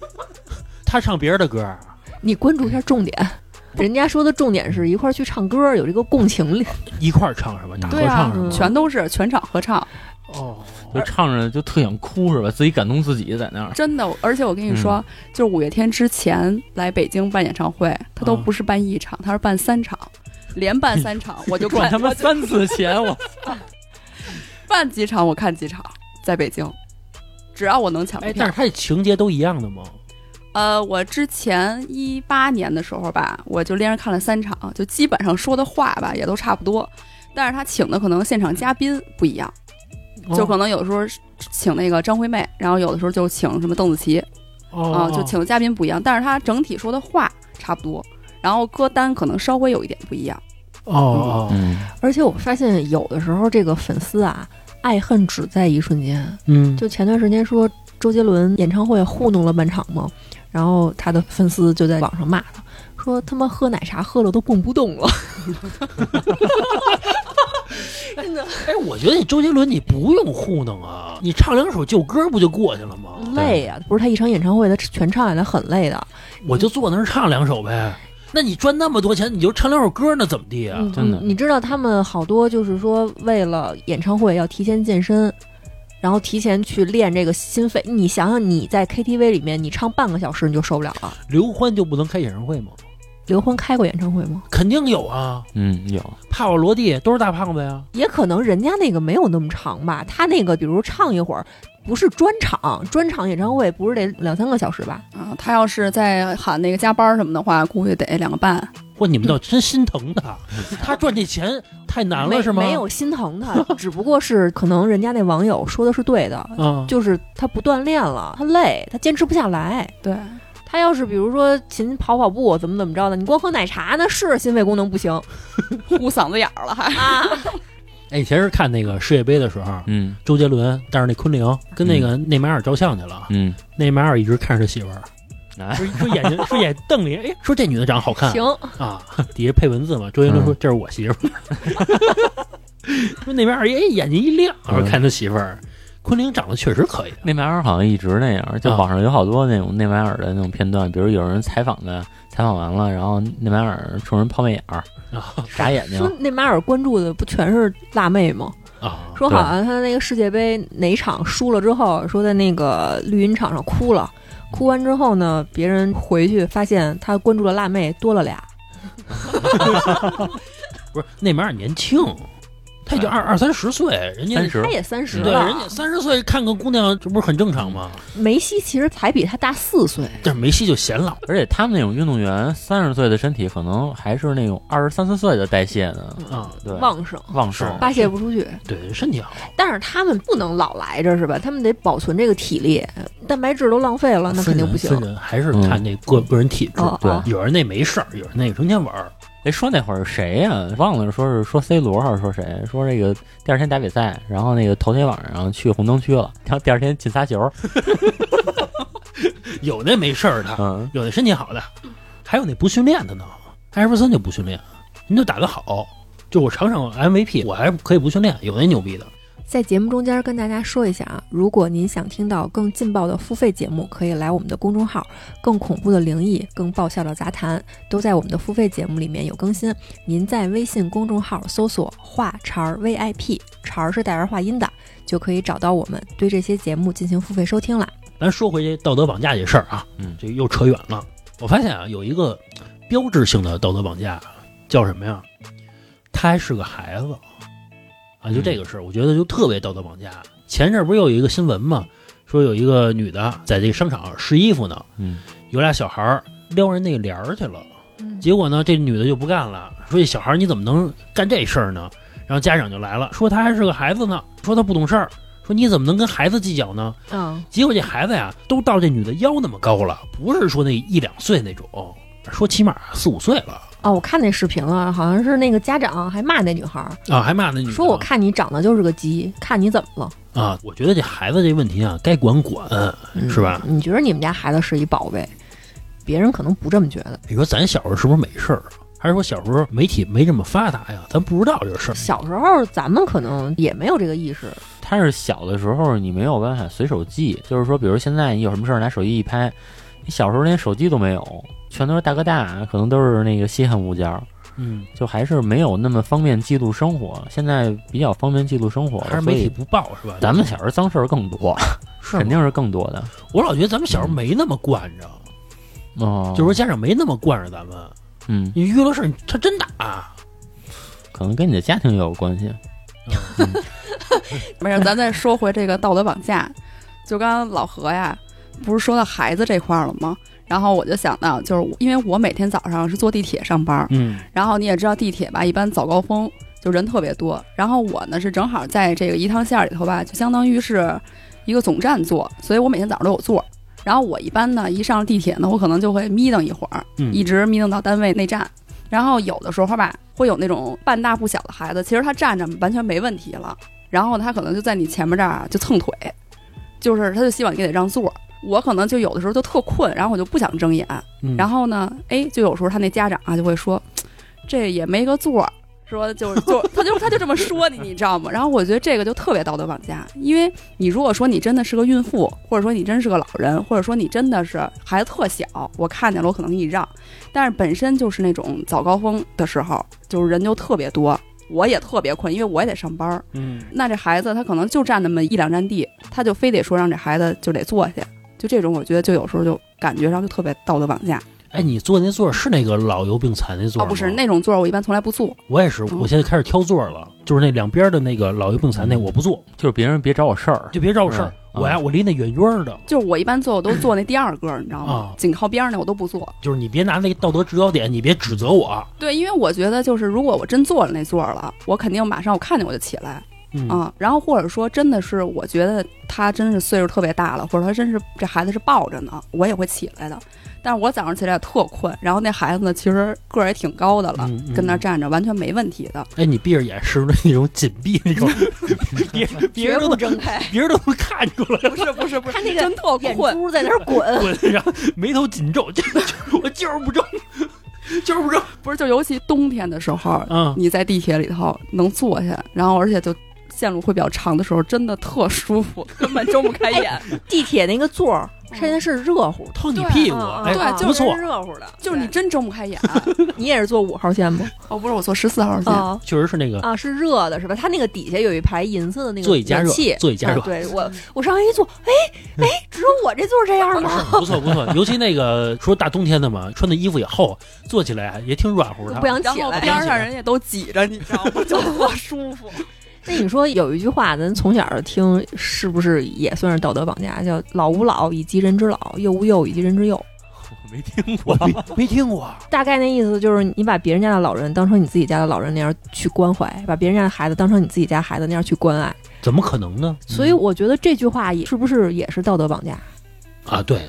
他唱别人的歌，你关注一下重点。人家说的重点是一块儿去唱歌，有这个共情力。一块儿唱是吧？打合对啊唱是吧？全都是全场合唱，哦，就唱着就特想哭是吧？自己感动自己在那儿。真的。而且我跟你说，嗯就是五月天之前来北京办演唱会，他都嗯不是办一场，他是办三场，连办三场， 我就赚看他妈我就三次钱，我办几场，我看几场，在北京，只要我能抢哎，到但票是。他的情节都一样的吗？呃，我之前一八年的时候吧，我就连着看了三场，就基本上说的话吧也都差不多，但是他请的可能现场嘉宾不一样，哦就可能有的时候是请那个张惠妹，然后有的时候就请什么邓紫棋啊、哦，就请的嘉宾不一样，但是他整体说的话差不多，然后歌单可能稍微有一点不一样。哦哦，嗯，而且我发现有的时候这个粉丝啊，爱恨只在一瞬间。嗯，就前段时间说周杰伦演唱会糊弄了半场嘛，然后他的粉丝就在网上骂他，说他妈喝奶茶喝了都蹦不 动了。哎，我觉得你周杰伦你不用糊弄啊，你唱两首旧歌不就过去了吗？累啊呀、不是他一场演唱会，他全唱下来很累的。我就坐那儿唱两首呗。那你赚那么多钱，你就唱两首歌，那怎么地啊？嗯真的你知道他们好多就是说为了演唱会要提前健身，然后提前去练这个心肺。你想想，你在 KTV 里面你唱半个小时你就受不了了。刘欢就不能开演唱会吗？刘欢开过演唱会吗？肯定有啊，嗯，有帕瓦罗蒂都是大胖子呀。也可能人家那个没有那么长吧，他那个比如唱一会儿。不是专场，专场演唱会不是得两三个小时吧？啊、他要是再喊那个加班什么的话，估计得两个半。嚯，你们嗯倒真心疼 他，他赚这钱太难了没是吗？没有心疼他， 只不过是可能人家那网友说的是对的，啊，就是他不锻炼了，他累，他坚持不下来。对，他要是比如说勤跑跑步，怎么怎么着的，你光喝奶茶那是心肺功能不行 呼嗓子眼儿了还。啊。哎，以前是看那个世界杯的时候，嗯周杰伦带着那昆凌跟那嗯个内马尔照相去了，嗯，内马尔一直看着他媳妇 儿。哎说说眼睛，说眼瞪里，哎，说这女的长得好看行，啊， 底下配文字嘛。周杰伦说嗯这是我媳妇儿， 说那边哎眼睛一亮，说嗯看他媳妇儿，昆凌长得确实可以，内马尔好像一直那样，就啊网上有好多那种内马尔的那种片段，比如有人采访的，采访完了，然后内马尔冲人抛媚眼儿啊， 眨眼睛说，内马尔关注的不全是辣妹吗？啊，说好像他那个世界杯哪场输了之后，说在那个绿茵场上哭了，哭完之后呢，别人回去发现他关注了辣妹多了俩。不是那边年轻，他也就二二三十岁，人家三十嗯他，也三十对人家了，三十岁看个姑娘，这不是很正常吗？梅西其实才比他大四岁，但是梅西就显老，而且他们那种运动员，三十岁的身体可能还是那种二十三四岁的代谢呢，啊，对，旺盛，旺盛，是发泄不出去。对，身体好，但是他们不能老来着是吧？他们得保存这个体力，蛋白质都浪费了，哦那肯分定人不行分。人还是看嗯那个个人体质，哦对哦，有人那没事儿，有人那成天玩儿，哎，说那会儿谁呀、忘了说是说 C 罗还是说谁？说这个第二天打比赛，然后那个头天晚上去红灯区了，然后第二天进仨球。有那没事儿的，嗯，有的身体好的，还有那不训练的呢。艾弗森就不训练，人就打得好，就我场上 MVP，我还可以不训练，有那牛逼的。在节目中间跟大家说一下啊，如果您想听到更劲爆的付费节目，可以来我们的公众号“更恐怖的灵异”、“更爆笑的杂谈”，都在我们的付费节目里面有更新。您在微信公众号搜索“话茬儿 VIP”，茬儿是带儿化音的，就可以找到我们，对这些节目进行付费收听啦。咱说回这道德绑架这事儿啊，嗯这又扯远了。我发现啊，有一个标志性的道德绑架叫什么呀？他还是个孩子啊，就这个事儿，我觉得就特别道德绑架。前阵儿不是又有一个新闻嘛，说有一个女的在这个商场试衣服呢，嗯，有俩小孩儿撩人那帘儿去了，嗯结果呢，这女的就不干了，说这小孩儿你怎么能干这事儿呢？然后家长就来了，说他还是个孩子呢，说他不懂事儿，说你怎么能跟孩子计较呢？嗯，结果这孩子呀，都到这女的腰那么高了，不是说那一两岁那种，说起码四五岁了哦，我看那视频了，好像是那个家长还骂那女孩儿，啊，还骂那女的说我看你长得就是个鸡，看你怎么了，啊，我觉得这孩子这问题啊，该管管。嗯是吧你觉得你们家孩子是一宝贝，别人可能不这么觉得。你说咱小时候是不是没事儿啊？还是说小时候媒体没这么发达呀？咱不知道这事儿。小时候咱们可能也没有这个意识，他是小的时候你没有办法随手记，就是说，比如现在你有什么事儿拿手机一拍，你小时候连手机都没有，全都是大哥大，可能都是那个稀罕物件儿，嗯，就还是没有那么方便记录生活。现在比较方便记录生活了，还是媒体所以不报是吧？咱们小时候脏事儿更多，是肯吗，定是更多的。我老觉得咱们小时候没那么惯着，哦，就是说家长没那么惯着咱们。嗯，你遇到事儿他真打，啊可能跟你的家庭也有关系。没事，咱再说回这个道德绑架。就刚刚老何呀，不是说到孩子这块儿了吗？然后我就想到，就是因为我每天早上是坐地铁上班儿，嗯然后你也知道地铁吧，一般早高峰就人特别多。然后我呢是正好在这个一趟线儿里头吧，就相当于是一个总站座，所以我每天早上都有座。然后我一般呢一上地铁呢，我可能就会眯瞪一会儿，嗯一直眯瞪到单位那站。然后有的时候吧，会有那种半大不小的孩子，其实他站着完全没问题了，然后他可能就在你前面这儿就蹭腿，就是他就希望你给他让座。我可能就有的时候就特困，然后我就不想睁眼，嗯然后呢，哎，就有时候他那家长啊就会说，这也没个座儿，说就是就他就他就这么说你，你知道吗？然后我觉得这个就特别道德绑架，因为你如果说你真的是个孕妇，或者说你真是个老人，或者说你真的是孩子特小，我看见了我可能给你让，但是本身就是那种早高峰的时候，就是人就特别多。我也特别困，因为我也得上班儿。嗯，那这孩子他可能就占那么一两站地，他就非得说让这孩子就得坐下，就这种，我觉得就有时候就感觉上就特别道德绑架。 哎，你坐那座儿是那个老幼病残那座儿哦，吗不是那种座儿，我一般从来不坐。我也是，嗯我现在开始挑座儿了，就是那两边的那个老幼病残那我不坐，就是别人别找我事儿，就别找我事儿。嗯我呀，我离那远远的，就是我一般坐，我都坐那第二个，你知道吗啊？紧靠边儿那我都不坐。就是你别拿那个道德制高点，你别指责我。对，因为我觉得就是，如果我真坐了那座儿了，我肯定马上我看见我就起来嗯啊。然后或者说真的是，我觉得他真是岁数特别大了，或者他真是这孩子是抱着呢，我也会起来的。但是我早上起来特困，然后那孩子呢，其实个儿也挺高的了，嗯嗯跟那儿站着完全没问题 的。哎，你闭着眼是不是那种紧闭那种？别嗯别人都能睁开，别人都能看出来 不是不是不是，他那个真特眼困，珠在那儿滚。 我，然后眉头紧皱，就就我就是不中，就是不中。不是就尤其冬天的时候，嗯，你在地铁里头能坐下，然后而且就线路会比较长的时候，真的特舒服，根本睁不开 眼。地铁那个座儿，嗯现在是热乎的，烫你屁股，啊哎，对就是不错，热乎的，哦就是你真睁不开眼。啊 你也是坐五号线吗？哦，不是，我坐十四号线。啊确实是 那个啊，是热的是吧？它那个底下有一排银色的那个座椅加热暖气，座椅加热啊对我，我上来一坐，哎哎，只有我这座这样吗？不错不错，尤其那个说大冬天的嘛，穿的衣服也厚，坐起来也挺软乎我的。不想嗯然起后来。边上人也都挤着，你知道吗？就特舒服。 那你说有一句话，咱从小听是不是也算是道德绑架？叫“老吾老以及人之老，幼吾幼以及人之幼我没听我过。没啊没听过，”。大概那意思就是，你把别人家的老人当成你自己家的老人那样去关怀，把别人家的孩子当成你自己家孩子那样去关爱。怎么可能呢？所以我觉得这句话也是不是也是道德绑架啊，对，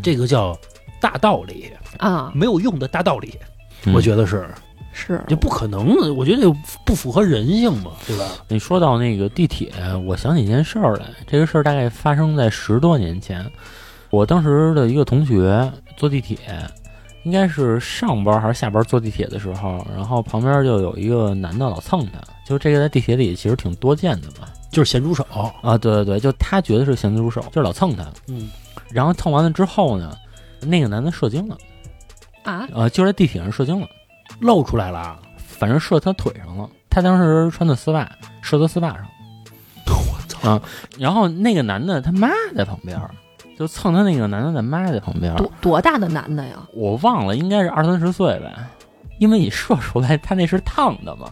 这个叫大道理，啊？没有用的大道理，嗯我觉得是，是这不可能的，我觉得这不符合人性嘛，对吧？你说到那个地铁，我想起一件事儿来。这个事儿大概发生在十多年前，我当时的一个同学坐地铁，应该是上班还是下班坐地铁的时候，然后旁边就有一个男的老蹭他，就这个在地铁里其实挺多见的吧？就是咸猪手，啊，对对对，就他觉得是咸猪手，就是老蹭他。嗯，然后蹭完了之后呢，那个男的射精了，啊，呃，就在地铁上射精了。露出来了啊，反正射他腿上了。他当时穿的丝袜射他丝袜上，我操啊！然后那个男的他妈在旁边，就蹭他那个男的他妈在旁边，多多大的男的呀？我忘了，应该是二三十岁吧。因为你射出来，他那是烫的嘛，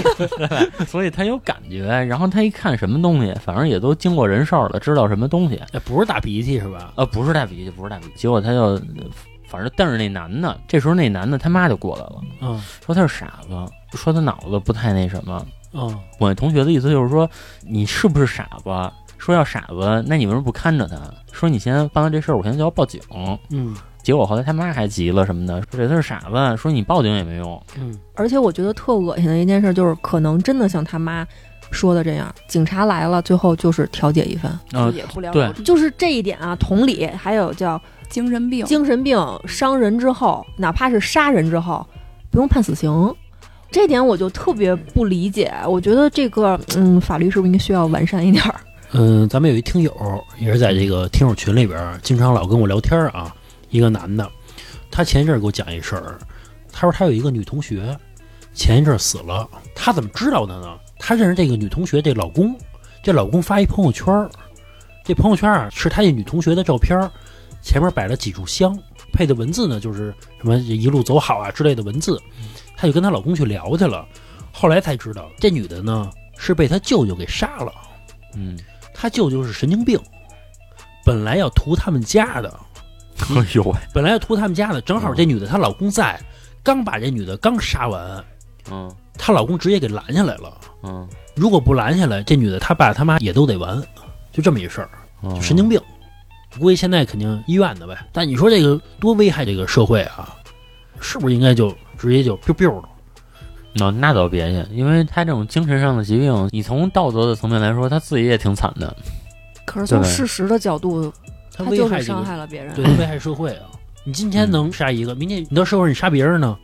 对所以他有感觉。然后他一看什么东西，反正也都经过人事儿了，知道什么东西。哎，不是大鼻涕是吧？呃，不是大鼻涕，不是大鼻涕。结果他就，反正瞪着那男的。这时候那男的他妈就过来了，嗯说他是傻子，说他脑子不太那什么。嗯，我同学的意思就是说，你是不是傻子？说要傻子，那你为什么不看着他？说你先办完这事儿，我现在就要报警。嗯，结果后来他妈还急了什么的，说这他是傻子，说你报警也没用。嗯，而且我觉得特恶心的一件事就是，可能真的像他妈说的这样，警察来了，最后就是调解一番，呃，啊也不了对了之，就是这一点啊。同理，还有叫精神病，精神病伤人之后，哪怕是杀人之后，不用判死刑。这点我就特别不理解，我觉得这个，嗯，法律是不是应该需要完善一点儿？嗯，咱们有一听友也是在这个听友群里边儿，经常老跟我聊天儿啊，一个男的，他前一阵儿给我讲一事儿，他说他有一个女同学，前一阵儿死了，他怎么知道的呢？他认识这个女同学这老公，这老公发一朋友圈儿，这朋友圈儿啊是他这女同学的照片儿，前面摆了几炷香，配的文字呢就是什么一路走好啊之类的文字，他就跟她老公去聊去了，后来才知道这女的呢是被他舅舅给杀了。嗯，他舅舅是神经病，本来要屠他们家的， 哎呦喂，本来要屠他们家的，正好这女的她老公在，刚把这女的刚杀完，嗯她老公直接给拦下来了。嗯，如果不拦下来，这女的她爸她妈也都得完，就这么一事儿，嗯就神哦经病。估计现在肯定医院的呗。但你说这个多危害这个社会啊，是不是应该就直接就 biu biu 了？那、那倒别去，因为他这种精神上的疾病，你从道德的层面来说，他自己也挺惨的。可是从对事实的角度，他他危就害是这伤害个，了别人。对，他危害社会啊。你今天能杀一个，明天你到社会上你杀别人呢，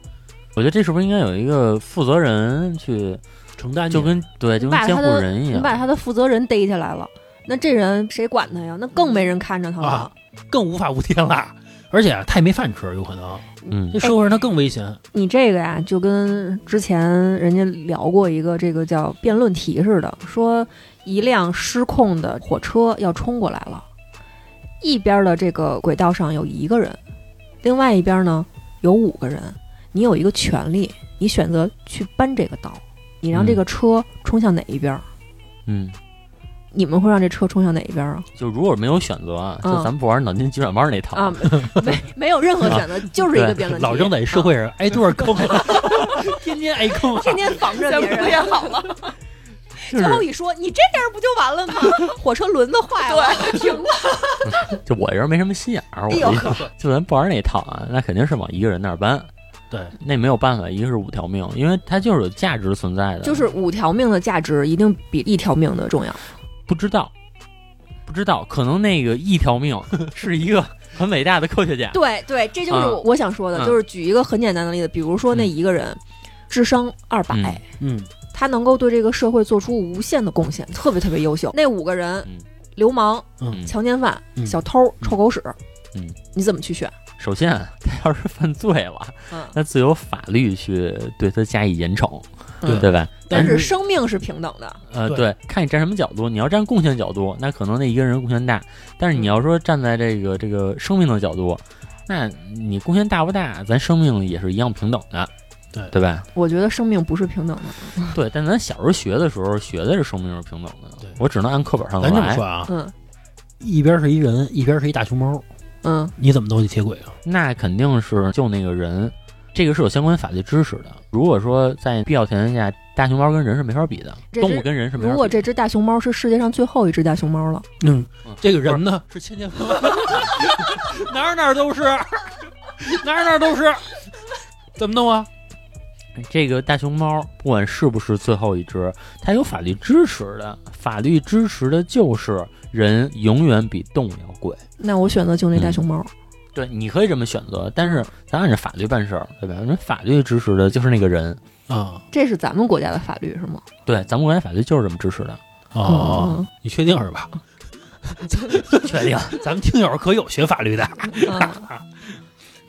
我觉得这是不是应该有一个负责人去，承担就去跟对，就跟你把监他护的人一你把样。他的负责人逮起来了，那这人谁管他呀？那更没人看着他了。啊更无法无天了。而且啊，他也没饭吃，有可能嗯这社会上他更危险。你这个呀，就跟之前人家聊过一个这个叫辩论题似的，说一辆失控的火车要冲过来了，一边的这个轨道上有一个人，另外一边呢有五个人，你有一个权利，你选择去搬这个道，你让嗯这个车冲向哪一边？嗯，你们会让这车冲向哪一边啊？就如果没有选择啊，就嗯咱们不玩脑筋急转弯那套。啊，没没有任何选择，就是一个辩论 题。老扔在社会上挨多少坑啊，天 天挨坑啊，啊。天天防着别人。好了？就是最后一说，你这样不就完了吗？ 火车轮子坏了， 停了。就我这人没什么心眼儿，我哎呦嗯就就咱不玩那一套啊，那肯定是往一个人那儿搬，对，那没有办法，一个是五条命，因为它就是有价值存在的，就是五条命的价值一定比一条命的重要。不知道，不知道，可能那个一条命是一个很伟大的科学家，对对，这就是嗯我想说的，嗯就是举一个很简单的例子，比如说那一个人、智商二百、嗯嗯，他能够对这个社会做出无限的贡献，特别特别优秀。那五个人，嗯流氓、嗯，强奸犯、嗯小偷、臭狗屎，嗯你怎么去选？首先他要是犯罪了，嗯，那自有法律去对他加以严惩，对对吧？但嗯但是是生命是平等的，呃，对对，看你站什么角度，你要站贡献角度，那可能那一个人贡献大，但嗯是你要说站在这个这个生命的角度，那你贡献大不大，咱生命也是一样平等的，对对吧？我觉得生命不是平等的。 对，但咱小时候学的时候学的是生命是平等的对，我只能按课本上来。咱这么说啊，嗯一边是一人，一边是一大熊猫，嗯，你怎么都得铁轨啊？那肯定是就那个人，这个是有相关法律知识的。如果说在必要条件下，大熊猫跟人是没法比的，这动只物跟人是没法比的。如果这只大熊猫是世界上最后一只大熊猫了，嗯嗯，这个人呢是千千万万， 哪儿哪儿都是，哪儿哪儿都是，怎么弄啊？这个大熊猫，不管是不是最后一只，它有法律支持的。法律支持的就是人永远比动物要贵。那我选择救那嗯大熊猫。对，你可以这么选择，但是咱按照法律办事儿，对吧？人法律支持的就是那个人。啊这是咱们国家的法律是吗？对，咱们国家法律就是这么支持的。哦，你确定是吧？确定？咱们听友可有学法律的嗯，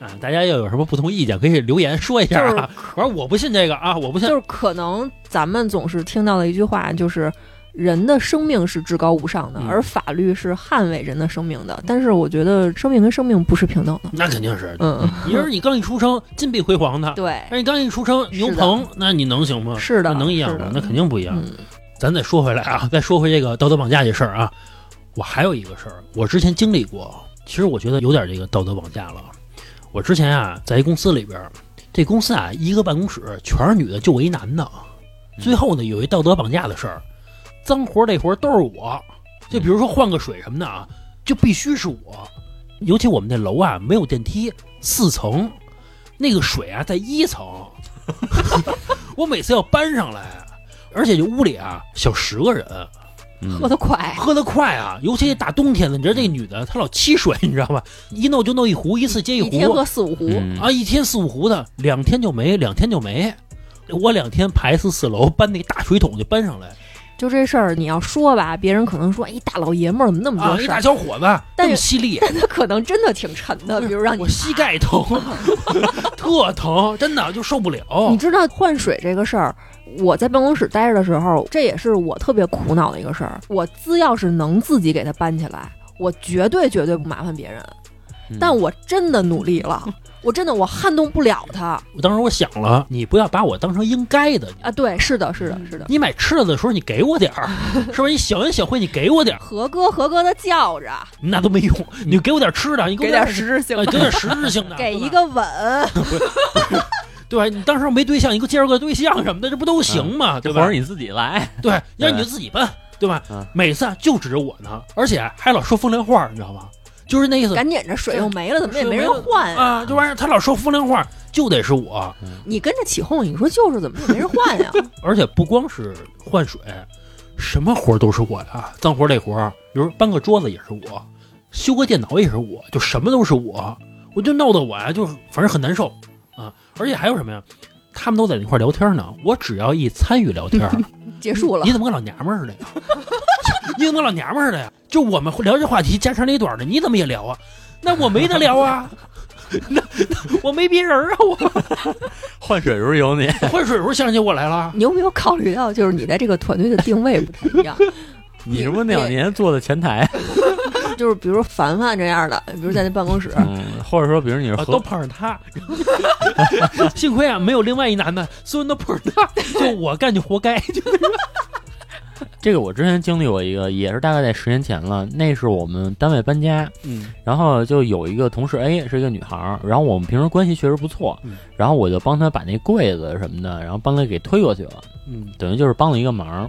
嗯啊，大家要有什么不同意见可以留言说一下就是啊。反正我不信这个啊，我不信就是可能咱们总是听到的一句话就是。人的生命是至高无上的，嗯而法律是捍卫人的生命的。但是我觉得生命跟生命不是平等的。那肯定是。嗯，你说你刚一出生，金碧辉煌的，对，那你刚一出生牛棚，那你能行吗？是的哎那能一样是吗的？那肯定不一样。嗯咱再说回来啊，再说回这个道德绑架这事儿啊，我还有一个事儿，我之前经历过，其实我觉得有点这个道德绑架了。我之前啊，在一公司里边儿，这公司啊一个办公室全是女的，就我一男的。最后呢，有一道德绑架的事儿，脏活累活都是我。就比如说换个水什么的啊，就必须是我。尤其我们那楼啊没有电梯，四层，那个水啊在一层， 我每次要搬上来，而且就屋里啊小十个人，嗯喝得快，喝得快啊，尤其大冬天的，你知道这女的她老沏水，你知道吧？一弄就弄一壶，一次接一一天壶喝四五壶，嗯啊，一天四五壶的，两天就没，两天就没。我两天排四四楼搬那个大水桶就搬上来就这事儿，你要说吧，别人可能说，哎，大老爷们儿怎么那么啊，多一事大儿？ 小伙子但那是么犀利，但他可能真的挺沉的，比如让你 我膝盖 疼，特疼，真的就受不了。你知道换水这个事儿，我在办公室待着的时候，这也是我特别苦恼的一个事儿。我资要是能自己给它搬起来，我绝对绝对不麻烦别人。但我真的努力了，我真的我撼动不了它我当时我想了，你不要把我当成应该的，啊！对，是的，是的，嗯是的。你买吃的的时候你给我点 儿，是不是？你小恩小惠你给我点儿，何哥，何哥的叫着，那都没用，嗯你给我点儿吃的，你给我给点儿实质性啊，的有点实质性的， 给对吧一个吻，对吧？你当时没对象，你给我介绍个对象什么的，这不都行吗？对这活吧儿？你自己来， 对，要不你就自己奔，对吧？嗯每次啊就指着我呢，而且还老说风凉话，你知道吗？就是那意思赶紧这水又没了，怎么也没人换呀、啊，这玩意儿他老说风凉话，就得是我，你跟着起哄，你说就是怎么也没人换呀、 而且不光是换水，什么活儿都是我的，啊脏活儿累活儿，比如搬个桌子也是我，修个电脑也是我，就什么都是我，我就闹得我呀，就反正很难受啊。而且还有什么呀？他们都在那块儿聊天呢，我只要一参与聊天儿，结束了你，怎么跟老娘们儿似的呀？ 你怎么跟老娘们儿似的呀？就我们聊这话题家长里短的，你怎么也聊啊？那我没得聊啊，那那我没别人儿啊，我换水时候有你， 换水时候想起我来了。 啊你有没有考虑到，就是你在这个团队的定位不太一样？ 你是不是那两年坐的前台，就是比如凡凡这样的，比如在那办公室，嗯或者说比如你是啊何都碰上 他，幸亏啊没有另外一男的，所有人都碰上他，就我干就活该。就这个我之前经历过一个，也是大概在十年前了。那是我们单位搬家，嗯，然后就有一个同事 A 是一个女孩儿，然后我们平时关系确实不错嗯，然后我就帮她把那柜子什么的，然后帮她给推过去了，嗯，等于就是帮了一个忙，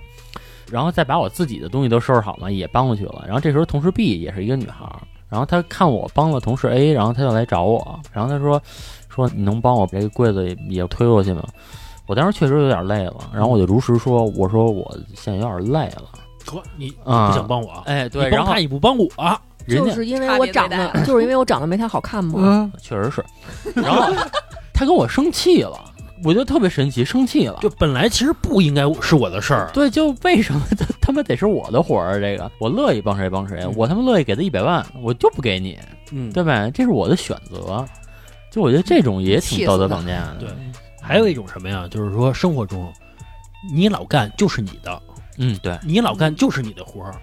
然后再把我自己的东西都收拾好嘛，也搬过去了。然后这时候同事 B 也是一个女孩儿，然后她看我帮了同事 A，然后她就来找我，然后她说说你能帮我把这个柜子也也推过去吗？我当时确实有点累了，然后我就如实说，我说我现在有点累了。说你啊不想帮我，哎，嗯你帮他你不帮我，啊人就家是因为我长差别得，就是因为我长得没他好看嘛。嗯，确实是，然后他跟我生气了，我就特别神奇，生气了 就。本来其实不应该是我的事儿，啊对，就为什么他他妈得是我的活儿？这个我乐意帮谁帮谁，我他妈乐意给他一百万，我就不给你，嗯，对吧？这是我的选择。就我觉得这种也挺道德气死他绑架的。对，还有一种什么呀？就是说生活中，你老干就是你的，嗯，对，你老干就是你的活儿。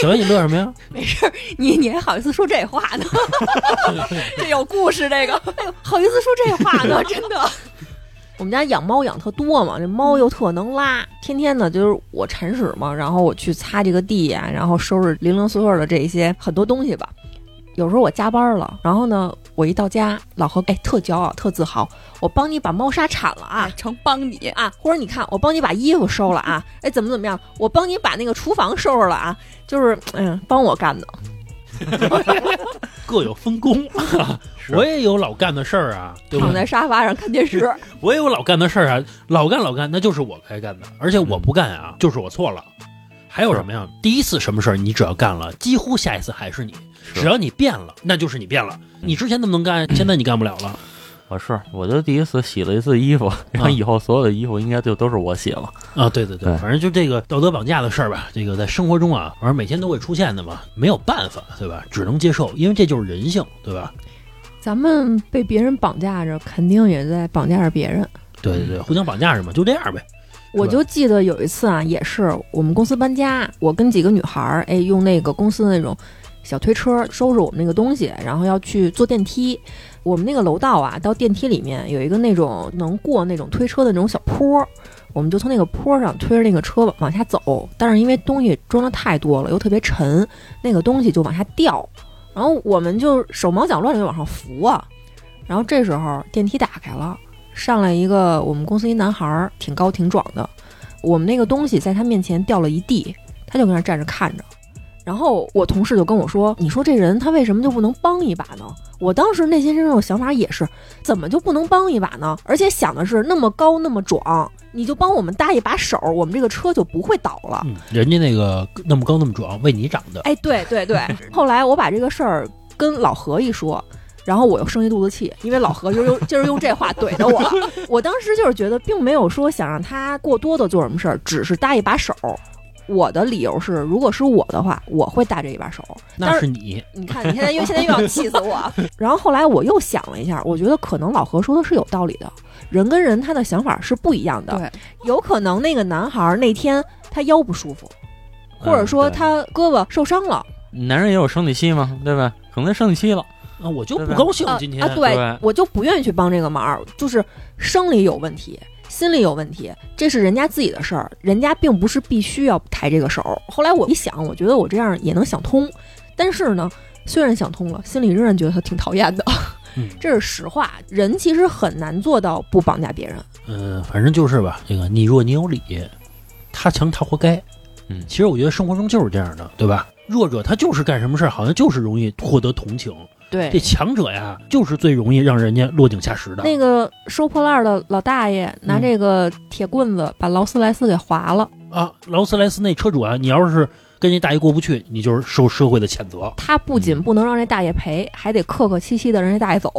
小袁，你乐什么呀？没事儿，你你还好意思说这话呢？ 这有故事，这个，哎呦，好意思说这话呢，真的。我们家养猫养特多嘛，这猫又特能拉，天天呢就是我铲屎嘛，然后我去擦这个地呀、然后收拾零零碎碎的这些很多东西吧。有时候我加班了，然后呢，我一到家，老何哎特骄傲特自豪，我帮你把猫砂铲了啊，成帮你。啊，或者你看我帮你把衣服收了啊，哎，怎么怎么样，我帮你把那个厨房收拾了啊，就是嗯，帮我干的。各有分工，我也有老干的事儿啊，对不躺对？在沙发上看电视，我也有老干的事儿啊，老干老干，那就是我该干的，而且我不干啊，就是我错了。还有什么呀？第一次什么事儿你只要干了，几乎下一次还是你。只要你变了，那就是你变了。你之前那么能干，现在你干不了了。 我是我就第一次洗了一次衣服，然后以后所有的衣服应该就都是我洗了。啊，对对对，对反正就这个道德绑架的事儿吧，这个在生活中啊，反正每天都会出现的嘛，没有办法，对吧？只能接受，因为这就是人性，对吧？咱们被别人绑架着，肯定也在绑架着别人。对对对，互相绑架是吗？就这样呗。我就记得有一次啊，也是我们公司搬家，我跟几个女孩儿，哎，用那个公司那种小推车收拾我们那个东西，然后要去坐电梯。我们那个楼道啊，到电梯里面有一个那种能过那种推车的那种小坡儿，我们就从那个坡上推着那个车往往下走。但是因为东西装的太多了，又特别沉，那个东西就往下掉，然后我们就手忙脚乱的就往上扶啊。然后这时候电梯打开了，上来一个我们公司一男孩儿，挺高挺壮的。我们那个东西在他面前掉了一地，他就跟那儿站着看着。然后我同事就跟我说：“你说这人他为什么就不能帮一把呢？”我当时内心深处的想法也是，怎么就不能帮一把呢？而且想的是那么高那么壮，你就帮我们搭一把手，我们这个车就不会倒了。嗯，人家那个那么高那么壮，为你长的，哎，对对 对。后来我把这个事儿跟老何一说，然后我又生一肚子气，因为老何就是用就是用这话怼的我。 我当时就是觉得，并没有说想让他过多的做什么事儿，只是搭一把手。我的理由是，如果是我的话，我会搭这一把手。但那是你。你看，你现在又现在又要气死我。 然后后来我又想了一下，我觉得可能老何说的是有道理的，人跟人他的想法是不一样的。对，有可能那个男孩儿那天他腰不舒服，或者嗯说对他胳膊受伤了。男人也有生理期嘛，对吧？可能生理期了，啊，我就对不吧高兴啊今天啊，对对我就不愿意去帮这个忙，就是生理有问题，心理有问题，这是人家自己的事儿，人家并不是必须要抬这个手。后来我一想，我觉得我这样也能想通，但是呢，虽然想通了，心里仍然觉得他挺讨厌的，嗯 这是实话。人其实很难做到不绑架别人，嗯，反正就是吧，这个你弱你有理，他强他活该。嗯其实我觉得生活中就是这样的，对吧？弱者他就是干什么事儿，好像就是容易获得同情。这对。强者呀，就是最容易让人家落井下石的。那个收破烂的老大爷拿嗯这个铁棍子把劳斯莱斯给划了，啊，劳斯莱斯那车主啊，你要是跟那大爷过不去，你就是受社会的谴责。他不嗯仅不能让这大爷赔，还得客客气气的让这大爷走。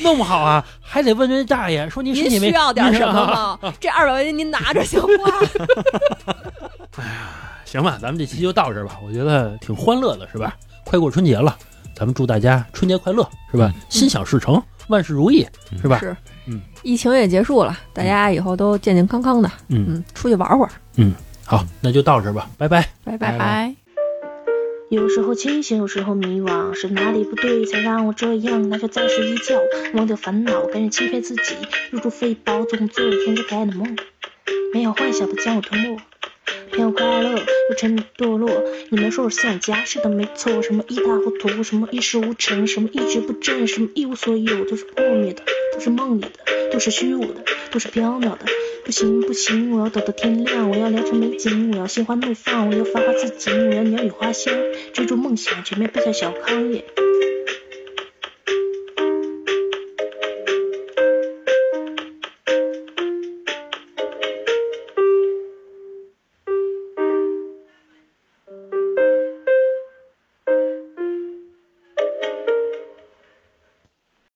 弄不好啊，还得问人家大爷说：“您身体您没需要点什么？您啊吗？这二百块钱您拿着行吗？行吧，咱们这期就到这儿吧，我觉得挺欢乐的，是吧？快过春节了，咱们祝大家春节快乐，是吧？心想事成，万事如意，是吧？是，嗯， 疫情也结束了，大家以后都健健康康的，嗯嗯，出去玩会儿，好，那就到这儿吧，拜拜。拜拜拜拜。有时候清醒，有时候迷惘，是哪里不对才让我这样？那就再睡一觉，忘掉烦恼，甘愿欺骗自己，入住肺胞，做做了天真可爱的梦。美好幻想的将我吞没，偏要快乐又沉溺堕落。你们说我是思想家，是的，没错。什么一塌糊涂，什么一事无成，什么一蹶不振，什么一无所有，都是破灭的，都是梦里的，都是虚无的，都是缥缈的。不行不行，我要等到天亮，我要良辰美景，我要心花怒放，我要繁花似锦，我要鸟语花香，追逐梦想，全面背向小康耶。